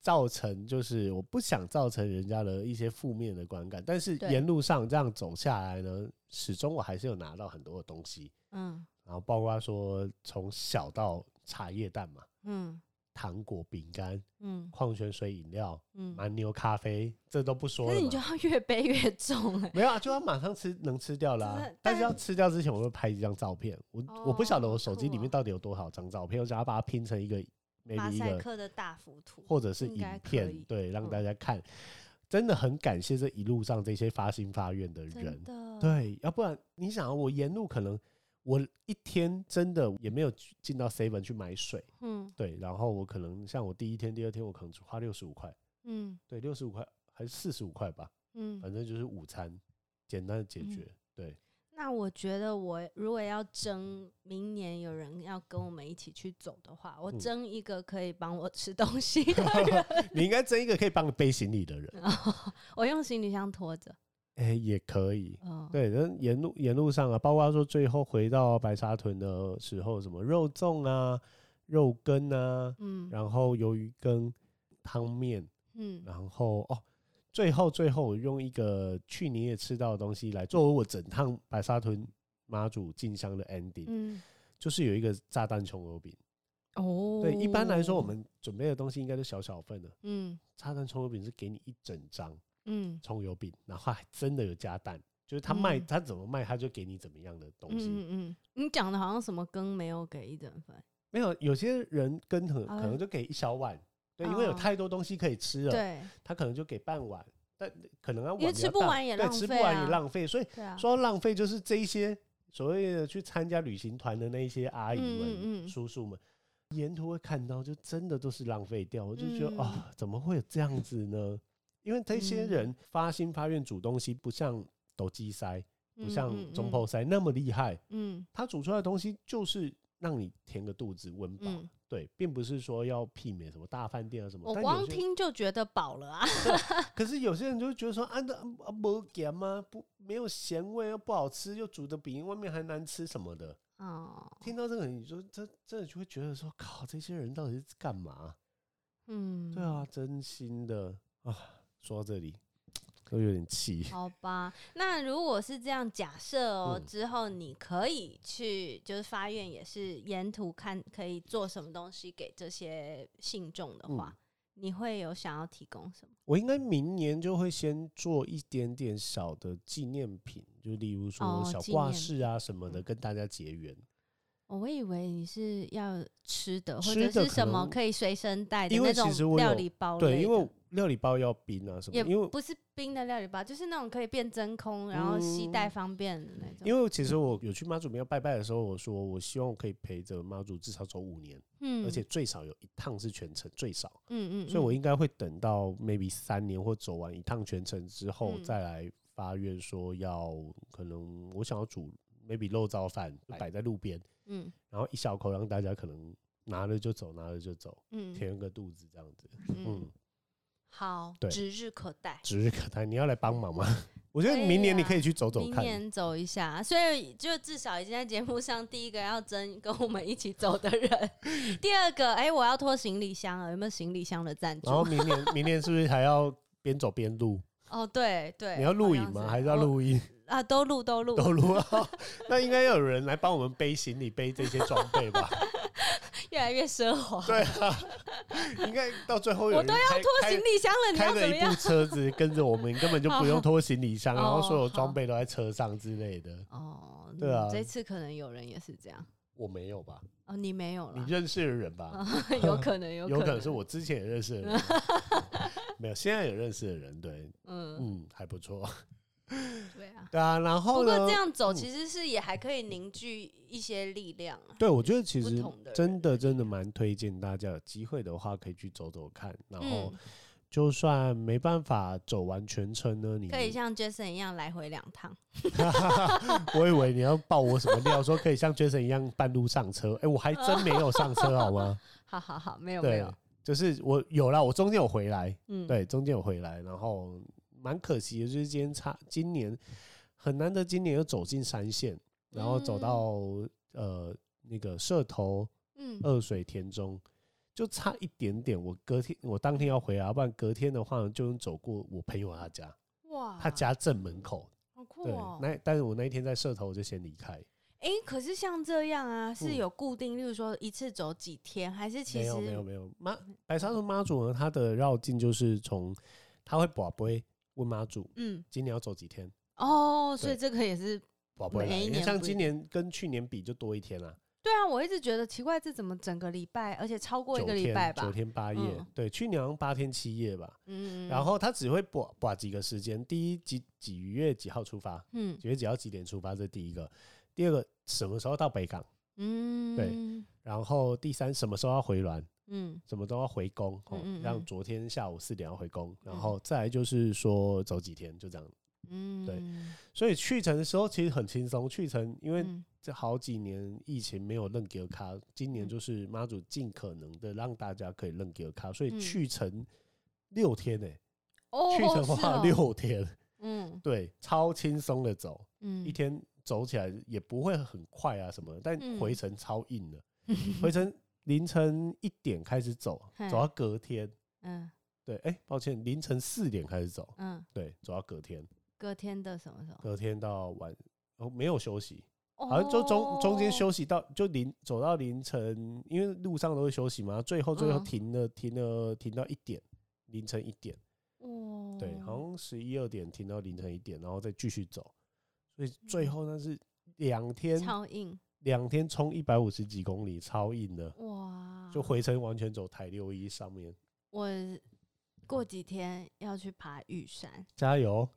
[SPEAKER 1] 造成，就是我不想造成人家的一些负面的观感。但是
[SPEAKER 2] 对
[SPEAKER 1] 沿路上这样走下来呢，始终我还是有拿到很多的东西，
[SPEAKER 2] 嗯
[SPEAKER 1] 然后包括说从小到茶叶蛋嘛、
[SPEAKER 2] 嗯
[SPEAKER 1] 糖果、饼干、
[SPEAKER 2] 嗯
[SPEAKER 1] 矿泉水、饮料、
[SPEAKER 2] 嗯，
[SPEAKER 1] 蛮牛咖啡，这都不说
[SPEAKER 2] 可是
[SPEAKER 1] 了
[SPEAKER 2] 你就
[SPEAKER 1] 嘛。
[SPEAKER 2] 要越背越重 哎、
[SPEAKER 1] 没有啊，就要马上吃，能吃掉啦、
[SPEAKER 2] 真的
[SPEAKER 1] 但是要
[SPEAKER 2] 但
[SPEAKER 1] 吃掉之前，我会拍一张照片。我、我不晓得
[SPEAKER 2] 哦
[SPEAKER 1] 我
[SPEAKER 2] 好
[SPEAKER 1] 手
[SPEAKER 2] 酷
[SPEAKER 1] 机里面
[SPEAKER 2] 哦
[SPEAKER 1] 到底有多少张照片，我想要把它拼成一个
[SPEAKER 2] 马
[SPEAKER 1] maybe 一
[SPEAKER 2] 赛
[SPEAKER 1] 个
[SPEAKER 2] 克的大幅图，
[SPEAKER 1] 或者是
[SPEAKER 2] 应
[SPEAKER 1] 影
[SPEAKER 2] 该可
[SPEAKER 1] 片
[SPEAKER 2] 以，
[SPEAKER 1] 对，让
[SPEAKER 2] 嗯
[SPEAKER 1] 大家看。真的很感谢这一路上这些发心发愿的
[SPEAKER 2] 真
[SPEAKER 1] 人，
[SPEAKER 2] 的，
[SPEAKER 1] 对，要不然你想啊，我沿路可能我一天真的也没有去进到 seven 去买水，
[SPEAKER 2] 嗯
[SPEAKER 1] 对，然后我可能像我第一天、第二天，我可能只花六十五块，
[SPEAKER 2] 嗯
[SPEAKER 1] 对，六十五块还是四十五块吧，
[SPEAKER 2] 嗯，
[SPEAKER 1] 反正就是午餐简单的解
[SPEAKER 2] 嗯
[SPEAKER 1] 决，对，
[SPEAKER 2] 那我觉得，我如果要争明年有人要跟我们一起去走的话，我
[SPEAKER 1] 嗯
[SPEAKER 2] 争一个可以帮我吃东西的 人。
[SPEAKER 1] 你应该争一个可以帮你背行李的 人，
[SPEAKER 2] 我用行李箱拖着。
[SPEAKER 1] 哎、也可以。
[SPEAKER 2] 嗯，
[SPEAKER 1] 对，然后沿路沿路上啊，包括说最后回到白沙屯的时候，什么肉粽啊、肉羹啊，
[SPEAKER 2] 嗯
[SPEAKER 1] 然后鱿鱼羹、汤面，
[SPEAKER 2] 嗯，
[SPEAKER 1] 然后哦，最后最后我用一个去年也吃到的东西来作为我整趟白沙屯妈祖进香的 ending，、
[SPEAKER 2] 嗯，
[SPEAKER 1] 就是有一个炸弹穷油饼。
[SPEAKER 2] 哦，
[SPEAKER 1] 对，一般来说我，们准备的东西应该都小小份的，
[SPEAKER 2] 嗯
[SPEAKER 1] 炸弹葱油饼是给你一整张
[SPEAKER 2] 嗯
[SPEAKER 1] 葱油饼，然后还真的有加蛋， 就是他卖、
[SPEAKER 2] 嗯
[SPEAKER 1] 他怎么卖他就给你怎么样的东
[SPEAKER 2] 嗯
[SPEAKER 1] 西。
[SPEAKER 2] 嗯嗯，你讲的好像什么羹没有给一整份，
[SPEAKER 1] 没有，有些人跟很
[SPEAKER 2] 哦
[SPEAKER 1] 可能就给一小碗，对，因为有
[SPEAKER 2] 哦
[SPEAKER 1] 太多东西可以吃了，
[SPEAKER 2] 对
[SPEAKER 1] 他可能就给半碗，但可能啊，
[SPEAKER 2] 因为吃不完也
[SPEAKER 1] 对，
[SPEAKER 2] 浪
[SPEAKER 1] 吃不
[SPEAKER 2] 费
[SPEAKER 1] 完
[SPEAKER 2] 啊
[SPEAKER 1] 也浪费，所以
[SPEAKER 2] 对啊，
[SPEAKER 1] 说到浪费就是这一些所谓的去参加旅行团的那一些阿姨们、
[SPEAKER 2] 嗯嗯嗯
[SPEAKER 1] 叔叔们，沿途会看到，就真的都是浪费掉。我就觉得
[SPEAKER 2] 嗯
[SPEAKER 1] 啊、怎么会有这样子呢？因为这些
[SPEAKER 2] 嗯
[SPEAKER 1] 人发心发愿煮东西，不像斗鸡塞，不
[SPEAKER 2] 嗯
[SPEAKER 1] 像
[SPEAKER 2] 嗯
[SPEAKER 1] 中
[SPEAKER 2] 嗯
[SPEAKER 1] 泡塞那么厉害，
[SPEAKER 2] 嗯
[SPEAKER 1] 他煮出来的东西就是让你填个肚子温饱。
[SPEAKER 2] 嗯，
[SPEAKER 1] 对，并不是说要媲美什么大饭店啊什么。
[SPEAKER 2] 我
[SPEAKER 1] 但
[SPEAKER 2] 光
[SPEAKER 1] 有些
[SPEAKER 2] 听就觉得饱了啊。
[SPEAKER 1] 可是有些人就会觉得说啊，那啊没咸吗？不，没有咸味，又不好吃，又煮的比外面还难吃什么的。
[SPEAKER 2] 哦，
[SPEAKER 1] 听到这个，你说真真的就会觉得说，靠，这些人到底是干嘛？
[SPEAKER 2] 嗯，
[SPEAKER 1] 对啊，真心的啊，说到这里都有点气。
[SPEAKER 2] 好吧，那如果是这样假设哦，
[SPEAKER 1] 嗯
[SPEAKER 2] 之后你可以去就是发愿，也是沿途看可以做什么东西给这些信众的话，你会有想要提供什么？
[SPEAKER 1] 我应该明年就会先做一点点小的纪念品，就例如说
[SPEAKER 2] 哦
[SPEAKER 1] 小
[SPEAKER 2] 纪
[SPEAKER 1] 挂
[SPEAKER 2] 念
[SPEAKER 1] 饰啊什么的，
[SPEAKER 2] 嗯
[SPEAKER 1] 跟大家结缘。
[SPEAKER 2] 哦我以为你是要吃的，
[SPEAKER 1] 吃
[SPEAKER 2] 或者
[SPEAKER 1] 的可
[SPEAKER 2] 是什么
[SPEAKER 1] 能
[SPEAKER 2] 可以随身带的
[SPEAKER 1] 因为
[SPEAKER 2] 那
[SPEAKER 1] 其实
[SPEAKER 2] 种
[SPEAKER 1] 我
[SPEAKER 2] 料
[SPEAKER 1] 有
[SPEAKER 2] 理包类的，
[SPEAKER 1] 对，因为料理包要冰啊什么，
[SPEAKER 2] 也
[SPEAKER 1] 因为
[SPEAKER 2] 不是冰的料理包，就是那种可以变真空，然后携带
[SPEAKER 1] 嗯
[SPEAKER 2] 方便的那种。
[SPEAKER 1] 因为其实我有去妈祖庙拜拜的时候，我说我希望我可以陪着妈祖至少走五年，
[SPEAKER 2] 嗯
[SPEAKER 1] 而且最少有一趟是全程，最少，
[SPEAKER 2] 嗯嗯，
[SPEAKER 1] 所以我
[SPEAKER 2] 嗯
[SPEAKER 1] 应该会等到 maybe 三年或走完一趟全程之后，
[SPEAKER 2] 嗯
[SPEAKER 1] 再来发愿说要可能我想要煮 maybe 肉燥饭，摆在路边，
[SPEAKER 2] 嗯
[SPEAKER 1] 然后一小口让大家可能拿了就走，拿了就走，
[SPEAKER 2] 嗯
[SPEAKER 1] 填个肚子这样子，
[SPEAKER 2] 嗯
[SPEAKER 1] 嗯，
[SPEAKER 2] 好，
[SPEAKER 1] 对
[SPEAKER 2] 指日可待。
[SPEAKER 1] 指日可待。你要来帮忙吗？ 我觉得
[SPEAKER 2] 可以
[SPEAKER 1] 明年你
[SPEAKER 2] 啊
[SPEAKER 1] 可以去走走
[SPEAKER 2] 明
[SPEAKER 1] 看。
[SPEAKER 2] 年走一下，所以就至少已经在节目上第一个要争跟我们一起走的人， 第二个哎、我要拖行李箱了，有没有行李箱的赞
[SPEAKER 1] 然后
[SPEAKER 2] 助？
[SPEAKER 1] 明年，明年是不是还要边走边录？
[SPEAKER 2] 哦，对对，
[SPEAKER 1] 你要录影
[SPEAKER 2] 好像
[SPEAKER 1] 吗？还是要录音？
[SPEAKER 2] 我啊？都录都录，
[SPEAKER 1] 都录啊？ 那应该要有人来帮我们背行李、背这些装备吧？
[SPEAKER 2] 越来越奢华。
[SPEAKER 1] 对啊，应该到最后有
[SPEAKER 2] 我
[SPEAKER 1] 人
[SPEAKER 2] 都要
[SPEAKER 1] 开
[SPEAKER 2] 拖行李箱了，你
[SPEAKER 1] 开
[SPEAKER 2] 要
[SPEAKER 1] 开着
[SPEAKER 2] 怎
[SPEAKER 1] 一
[SPEAKER 2] 么样
[SPEAKER 1] 部？车子跟着我们，根本就不用拖行李箱，
[SPEAKER 2] 好
[SPEAKER 1] 然
[SPEAKER 2] 好
[SPEAKER 1] 后所有
[SPEAKER 2] 哦
[SPEAKER 1] 装备都在车上之类的。
[SPEAKER 2] 哦，
[SPEAKER 1] 对啊
[SPEAKER 2] 嗯这次可能有人也是这样
[SPEAKER 1] 我没有吧？
[SPEAKER 2] 哦，你没有
[SPEAKER 1] 你
[SPEAKER 2] 了，
[SPEAKER 1] 认识的人
[SPEAKER 2] 哦
[SPEAKER 1] 吧？
[SPEAKER 2] 有可能，有
[SPEAKER 1] 有可
[SPEAKER 2] 可
[SPEAKER 1] 能是，我之前也认识的人，没有，现在也认识的人，对，
[SPEAKER 2] 嗯，
[SPEAKER 1] 嗯，还不错。
[SPEAKER 2] 对啊。
[SPEAKER 1] 对啊，然
[SPEAKER 2] 不
[SPEAKER 1] 后
[SPEAKER 2] 过
[SPEAKER 1] 呢
[SPEAKER 2] 这？样走
[SPEAKER 1] 嗯
[SPEAKER 2] 其实是也还可以凝聚一些力量啊。
[SPEAKER 1] 对，我觉得其
[SPEAKER 2] 不
[SPEAKER 1] 实
[SPEAKER 2] 同的
[SPEAKER 1] 真
[SPEAKER 2] 人
[SPEAKER 1] 的真的蛮推荐大家有机会的话可以去走走看，然后
[SPEAKER 2] 嗯
[SPEAKER 1] 就算没办法走完全程呢，你
[SPEAKER 2] 可以像 Jason 一样来回两趟。
[SPEAKER 1] 我以为你要爆我什么料，说可以像 Jason 一样半路上车，哎、我还真没有上车，好吗？
[SPEAKER 2] 好好好， 没有没
[SPEAKER 1] 对
[SPEAKER 2] 有，，
[SPEAKER 1] 就是我有啦，我中间有回来，
[SPEAKER 2] 嗯，
[SPEAKER 1] 对，中间有回来，然后蛮可惜的，就是今天差今年很难得，今年又走进山线，然后走
[SPEAKER 2] 嗯
[SPEAKER 1] 到、呃那个社头
[SPEAKER 2] 嗯，
[SPEAKER 1] 二水田中。就差一点点，我隔天我当天要回来，啊要不然隔天的话呢就能走过我朋友他家，
[SPEAKER 2] 哇，
[SPEAKER 1] 他家正门口。
[SPEAKER 2] 好酷
[SPEAKER 1] 对，
[SPEAKER 2] 哦。
[SPEAKER 1] 那但是我那一天在社头我就先离开，
[SPEAKER 2] 哎，可是像这样啊，是
[SPEAKER 1] 嗯
[SPEAKER 2] 有固定，例如说一次走几天，还是其
[SPEAKER 1] 没
[SPEAKER 2] 实嗯
[SPEAKER 1] 有没有没有妈白沙屯妈祖呢，它的绕境就是从他会宝杯问妈祖
[SPEAKER 2] 嗯，
[SPEAKER 1] 今年要走几天，
[SPEAKER 2] 哦，所以
[SPEAKER 1] 对
[SPEAKER 2] 这个也是
[SPEAKER 1] 宝贝来，
[SPEAKER 2] 每一
[SPEAKER 1] 因为
[SPEAKER 2] 年
[SPEAKER 1] 像
[SPEAKER 2] 不一
[SPEAKER 1] 今年跟去年比就多一天啦、
[SPEAKER 2] 对啊，我一直觉得奇怪，这怎么整个礼拜，而且超过一
[SPEAKER 1] 九
[SPEAKER 2] 个礼拜
[SPEAKER 1] 天
[SPEAKER 2] 吧
[SPEAKER 1] 九？天八夜，
[SPEAKER 2] 嗯
[SPEAKER 1] 对，去年好像八天七夜吧。
[SPEAKER 2] 嗯，
[SPEAKER 1] 然后他只会把把几个时间，第一几几月几号出发，
[SPEAKER 2] 嗯
[SPEAKER 1] 几月几号几点出发，这是第一个。第二个什么时候到北港，
[SPEAKER 2] 嗯，
[SPEAKER 1] 对然后第三什么时候要回銮，
[SPEAKER 2] 嗯
[SPEAKER 1] 什么都要回宫，哦
[SPEAKER 2] 嗯嗯嗯
[SPEAKER 1] 让昨天下午四点要回宫，然
[SPEAKER 2] 嗯
[SPEAKER 1] 后再来就是说走几天，就这样。
[SPEAKER 2] 嗯，
[SPEAKER 1] 对
[SPEAKER 2] 嗯，
[SPEAKER 1] 所以去程的时候其实很轻松，去程因为
[SPEAKER 2] 嗯
[SPEAKER 1] 这好几年疫情没有认给卡，今年
[SPEAKER 2] 嗯
[SPEAKER 1] 就是妈祖尽可能的让大家可以认给卡，所以
[SPEAKER 2] 嗯
[SPEAKER 1] 去程六天呢、
[SPEAKER 2] 哦，
[SPEAKER 1] 去程
[SPEAKER 2] 是
[SPEAKER 1] 花
[SPEAKER 2] 哦
[SPEAKER 1] 了，六天，
[SPEAKER 2] 嗯
[SPEAKER 1] 对，超轻松的走，
[SPEAKER 2] 嗯，
[SPEAKER 1] 一天走起来也不会很快啊什么的，但
[SPEAKER 2] 嗯
[SPEAKER 1] 回程超硬的，回程凌晨一点开始走，
[SPEAKER 2] 嘿
[SPEAKER 1] 走到隔天，
[SPEAKER 2] 嗯
[SPEAKER 1] 对，哎、抱歉，凌晨四点开始走，
[SPEAKER 2] 嗯，
[SPEAKER 1] 对，走到隔天，
[SPEAKER 2] 隔天的什么时候？
[SPEAKER 1] 隔天到晚哦没有休息。好
[SPEAKER 2] 好
[SPEAKER 1] 像就
[SPEAKER 2] 哦
[SPEAKER 1] 中中间休息到就凌走到凌晨，因为路上都会休息嘛，最后最后
[SPEAKER 2] 嗯
[SPEAKER 1] 停了、停了停到一点，凌晨一点，
[SPEAKER 2] 哦，
[SPEAKER 1] 对，好像十一二点停到凌晨一点，然后再继续走，所以最后那是两天
[SPEAKER 2] 嗯超硬，
[SPEAKER 1] 两天冲一百五十几公里，超硬的，
[SPEAKER 2] 哇！
[SPEAKER 1] 就回程完全走台六一上面，
[SPEAKER 2] 我过几天要去爬玉山，
[SPEAKER 1] 加油！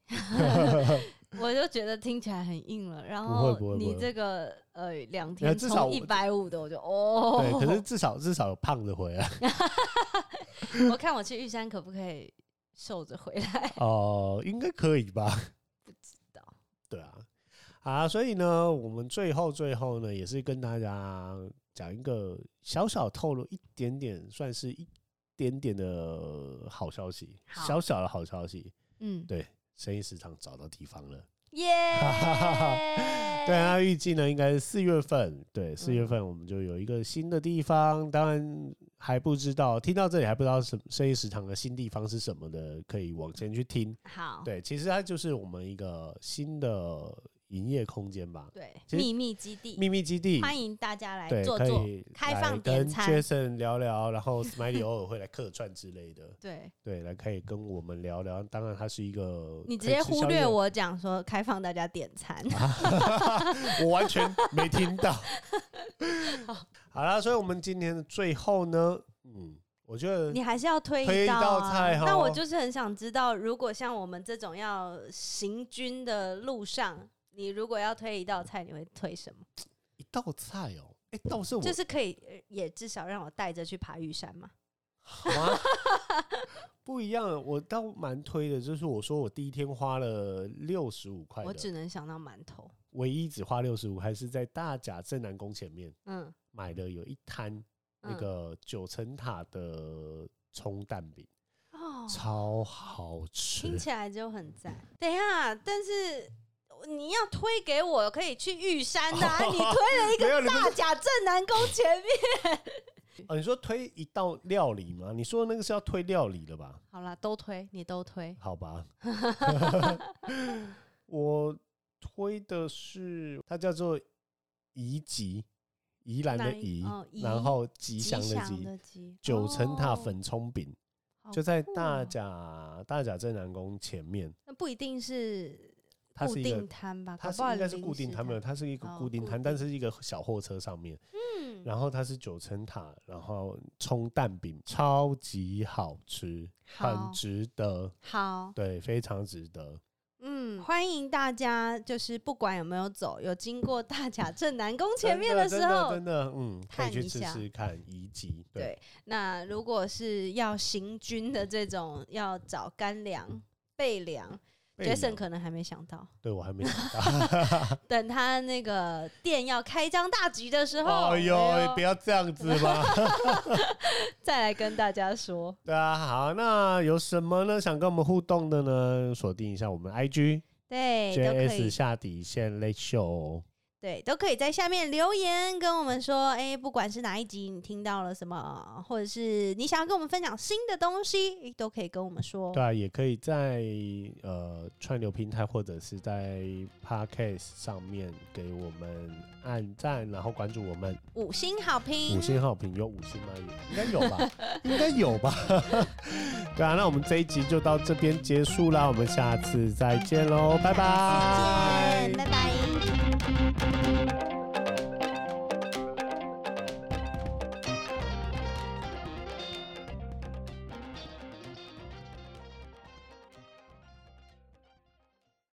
[SPEAKER 2] 我就觉得听起来很硬了。然
[SPEAKER 1] 不会
[SPEAKER 2] 后
[SPEAKER 1] 不会不
[SPEAKER 2] 你
[SPEAKER 1] 会
[SPEAKER 2] 这个呃两
[SPEAKER 1] 呃
[SPEAKER 2] 天
[SPEAKER 1] 至少
[SPEAKER 2] 冲
[SPEAKER 1] 我
[SPEAKER 2] 一百五的，我就哦。
[SPEAKER 1] 对，可是至少至少有胖的回来
[SPEAKER 2] 我看我去玉山可不可以瘦着回来？
[SPEAKER 1] 哦，应该可以吧？
[SPEAKER 2] 不知道。
[SPEAKER 1] 对啊，啊，所以呢，我们最后最后呢，也是跟大家讲一个小小透露一点点，算是一点点的好消息，
[SPEAKER 2] 好
[SPEAKER 1] 小小的好消息，
[SPEAKER 2] 嗯，
[SPEAKER 1] 对，生意市场找到地方了。！
[SPEAKER 2] 耶
[SPEAKER 1] 对啊，预计呢应该是四月份，对，四月
[SPEAKER 2] 哎嗯
[SPEAKER 1] 份我们就有一个新的地方，当然还不知道，听到这里还不知道什么生意食堂的新地方是什么的，可以往前去听。
[SPEAKER 2] 好，
[SPEAKER 1] 对，其实它就是我们一个新的营业空间吧，
[SPEAKER 2] 对
[SPEAKER 1] 其实
[SPEAKER 2] 秘密基地，
[SPEAKER 1] 秘密基地，
[SPEAKER 2] 欢迎大家来
[SPEAKER 1] 对，
[SPEAKER 2] 坐
[SPEAKER 1] 可
[SPEAKER 2] 坐
[SPEAKER 1] 以，
[SPEAKER 2] 开
[SPEAKER 1] 来
[SPEAKER 2] 放点
[SPEAKER 1] 跟
[SPEAKER 2] 餐
[SPEAKER 1] Jason 聊聊，然后 Smiley 偶尔会来客串之类的，
[SPEAKER 2] 对
[SPEAKER 1] 对，来可以跟我们聊聊。当然，它是一个
[SPEAKER 2] 你
[SPEAKER 1] 可
[SPEAKER 2] 直
[SPEAKER 1] 以
[SPEAKER 2] 接
[SPEAKER 1] 吃
[SPEAKER 2] 忽
[SPEAKER 1] 宵
[SPEAKER 2] 略
[SPEAKER 1] 夜的
[SPEAKER 2] 我讲说开放大家点餐，
[SPEAKER 1] 我完全没听 到。好啦，所以我们今天的最后呢，嗯，我觉得
[SPEAKER 2] 你还是要推
[SPEAKER 1] 推一
[SPEAKER 2] 道、啊、
[SPEAKER 1] 道菜
[SPEAKER 2] 那
[SPEAKER 1] 哦
[SPEAKER 2] 我就是很想知道，如果像我们这种要行军的路上，你如果要推一道菜，你会推什么？
[SPEAKER 1] 一道菜哦、哎、倒是我
[SPEAKER 2] 就是可以，呃也至少让我带着去爬玉山嘛。
[SPEAKER 1] 好吗？ 不一样，我倒蛮推的，就是我说我第一天花了六十五块
[SPEAKER 2] 我
[SPEAKER 1] 的，
[SPEAKER 2] 只能想到馒头。
[SPEAKER 1] 唯一只花六十五，还是在大甲镇南宫前面
[SPEAKER 2] 嗯，
[SPEAKER 1] 买的，有一摊那
[SPEAKER 2] 嗯
[SPEAKER 1] 个九层塔的葱蛋饼，
[SPEAKER 2] 哦，
[SPEAKER 1] 超好
[SPEAKER 2] 听
[SPEAKER 1] 吃。
[SPEAKER 2] 起来就很赞。等一下，但是你要推给我，可以去玉山呐、 你推了一
[SPEAKER 1] 没
[SPEAKER 2] 个
[SPEAKER 1] 有你不是
[SPEAKER 2] 大甲镇南宫前面。
[SPEAKER 1] 哦，你说推一道料理吗？你说的那个是要推料理的吧？
[SPEAKER 2] 好啦，都推，你都推。
[SPEAKER 1] 好 吧，我推的是它叫做怡吉，宜兰的
[SPEAKER 2] 哪一
[SPEAKER 1] 宜，
[SPEAKER 2] 哦宜
[SPEAKER 1] 然后吉祥
[SPEAKER 2] 吉
[SPEAKER 1] 的
[SPEAKER 2] 祥
[SPEAKER 1] 吉，
[SPEAKER 2] 的吉，
[SPEAKER 1] 九层塔
[SPEAKER 2] 哦
[SPEAKER 1] 粉葱饼、
[SPEAKER 2] 好
[SPEAKER 1] 就在
[SPEAKER 2] 酷
[SPEAKER 1] 大
[SPEAKER 2] 哦
[SPEAKER 1] 甲、大甲镇南宫前面，
[SPEAKER 2] 那不一定是
[SPEAKER 1] 它
[SPEAKER 2] 固
[SPEAKER 1] 是一
[SPEAKER 2] 定
[SPEAKER 1] 个。
[SPEAKER 2] 摊吧？
[SPEAKER 1] 它
[SPEAKER 2] 搞
[SPEAKER 1] 是
[SPEAKER 2] 不好
[SPEAKER 1] 应该是
[SPEAKER 2] 临
[SPEAKER 1] 固定
[SPEAKER 2] 时
[SPEAKER 1] 摊，没有，它是一个
[SPEAKER 2] 哦
[SPEAKER 1] 固定
[SPEAKER 2] 固
[SPEAKER 1] 摊，但是一个小货车上面。
[SPEAKER 2] 嗯，
[SPEAKER 1] 然后它是九层塔，然后葱蛋饼，超级好吃，很
[SPEAKER 2] 好
[SPEAKER 1] 值得。
[SPEAKER 2] 好，
[SPEAKER 1] 对，非常值得。
[SPEAKER 2] 嗯，欢迎大家，就是不管有没有走，有经过大甲镇南宫前
[SPEAKER 1] 真
[SPEAKER 2] 面的时候，
[SPEAKER 1] 真的真的，嗯，可以
[SPEAKER 2] 看
[SPEAKER 1] 去
[SPEAKER 2] 一
[SPEAKER 1] 吃
[SPEAKER 2] 下
[SPEAKER 1] 吃看遗迹。对，
[SPEAKER 2] 对，那如果是要行军的这种，要找干粮、备粮
[SPEAKER 1] 贝里
[SPEAKER 2] ，Jason
[SPEAKER 1] 昂
[SPEAKER 2] 可能还没想到，
[SPEAKER 1] 对我还 没想
[SPEAKER 2] 等他那个店要开张大吉的时
[SPEAKER 1] 到。
[SPEAKER 2] 候，
[SPEAKER 1] 哎呦，不
[SPEAKER 2] 要
[SPEAKER 1] 要这样子 嘛！
[SPEAKER 2] 再来跟大家说。
[SPEAKER 1] 对啊，好，那有什么呢？想跟我们互动的呢？锁定一下我们 IG
[SPEAKER 2] 对，哎都可
[SPEAKER 1] JS
[SPEAKER 2] 以
[SPEAKER 1] 下底线 Late Show。
[SPEAKER 2] 对，都可以在下面留言跟我们说，哎、不管是哪一集你听到了什么，或者是你想要跟我们分享新的东西，都可以跟我们说
[SPEAKER 1] 对。啊，也可以在呃串流平台或者是在 Podcast 上面给我们按赞，然后关注我们
[SPEAKER 2] 五星好评，
[SPEAKER 1] 五星好评，有五星吗？应该有 吧，应该有吧。 对啊，那我们这一集就到这边结束啦，我们下次再见喽，拜拜，
[SPEAKER 2] 见，拜拜。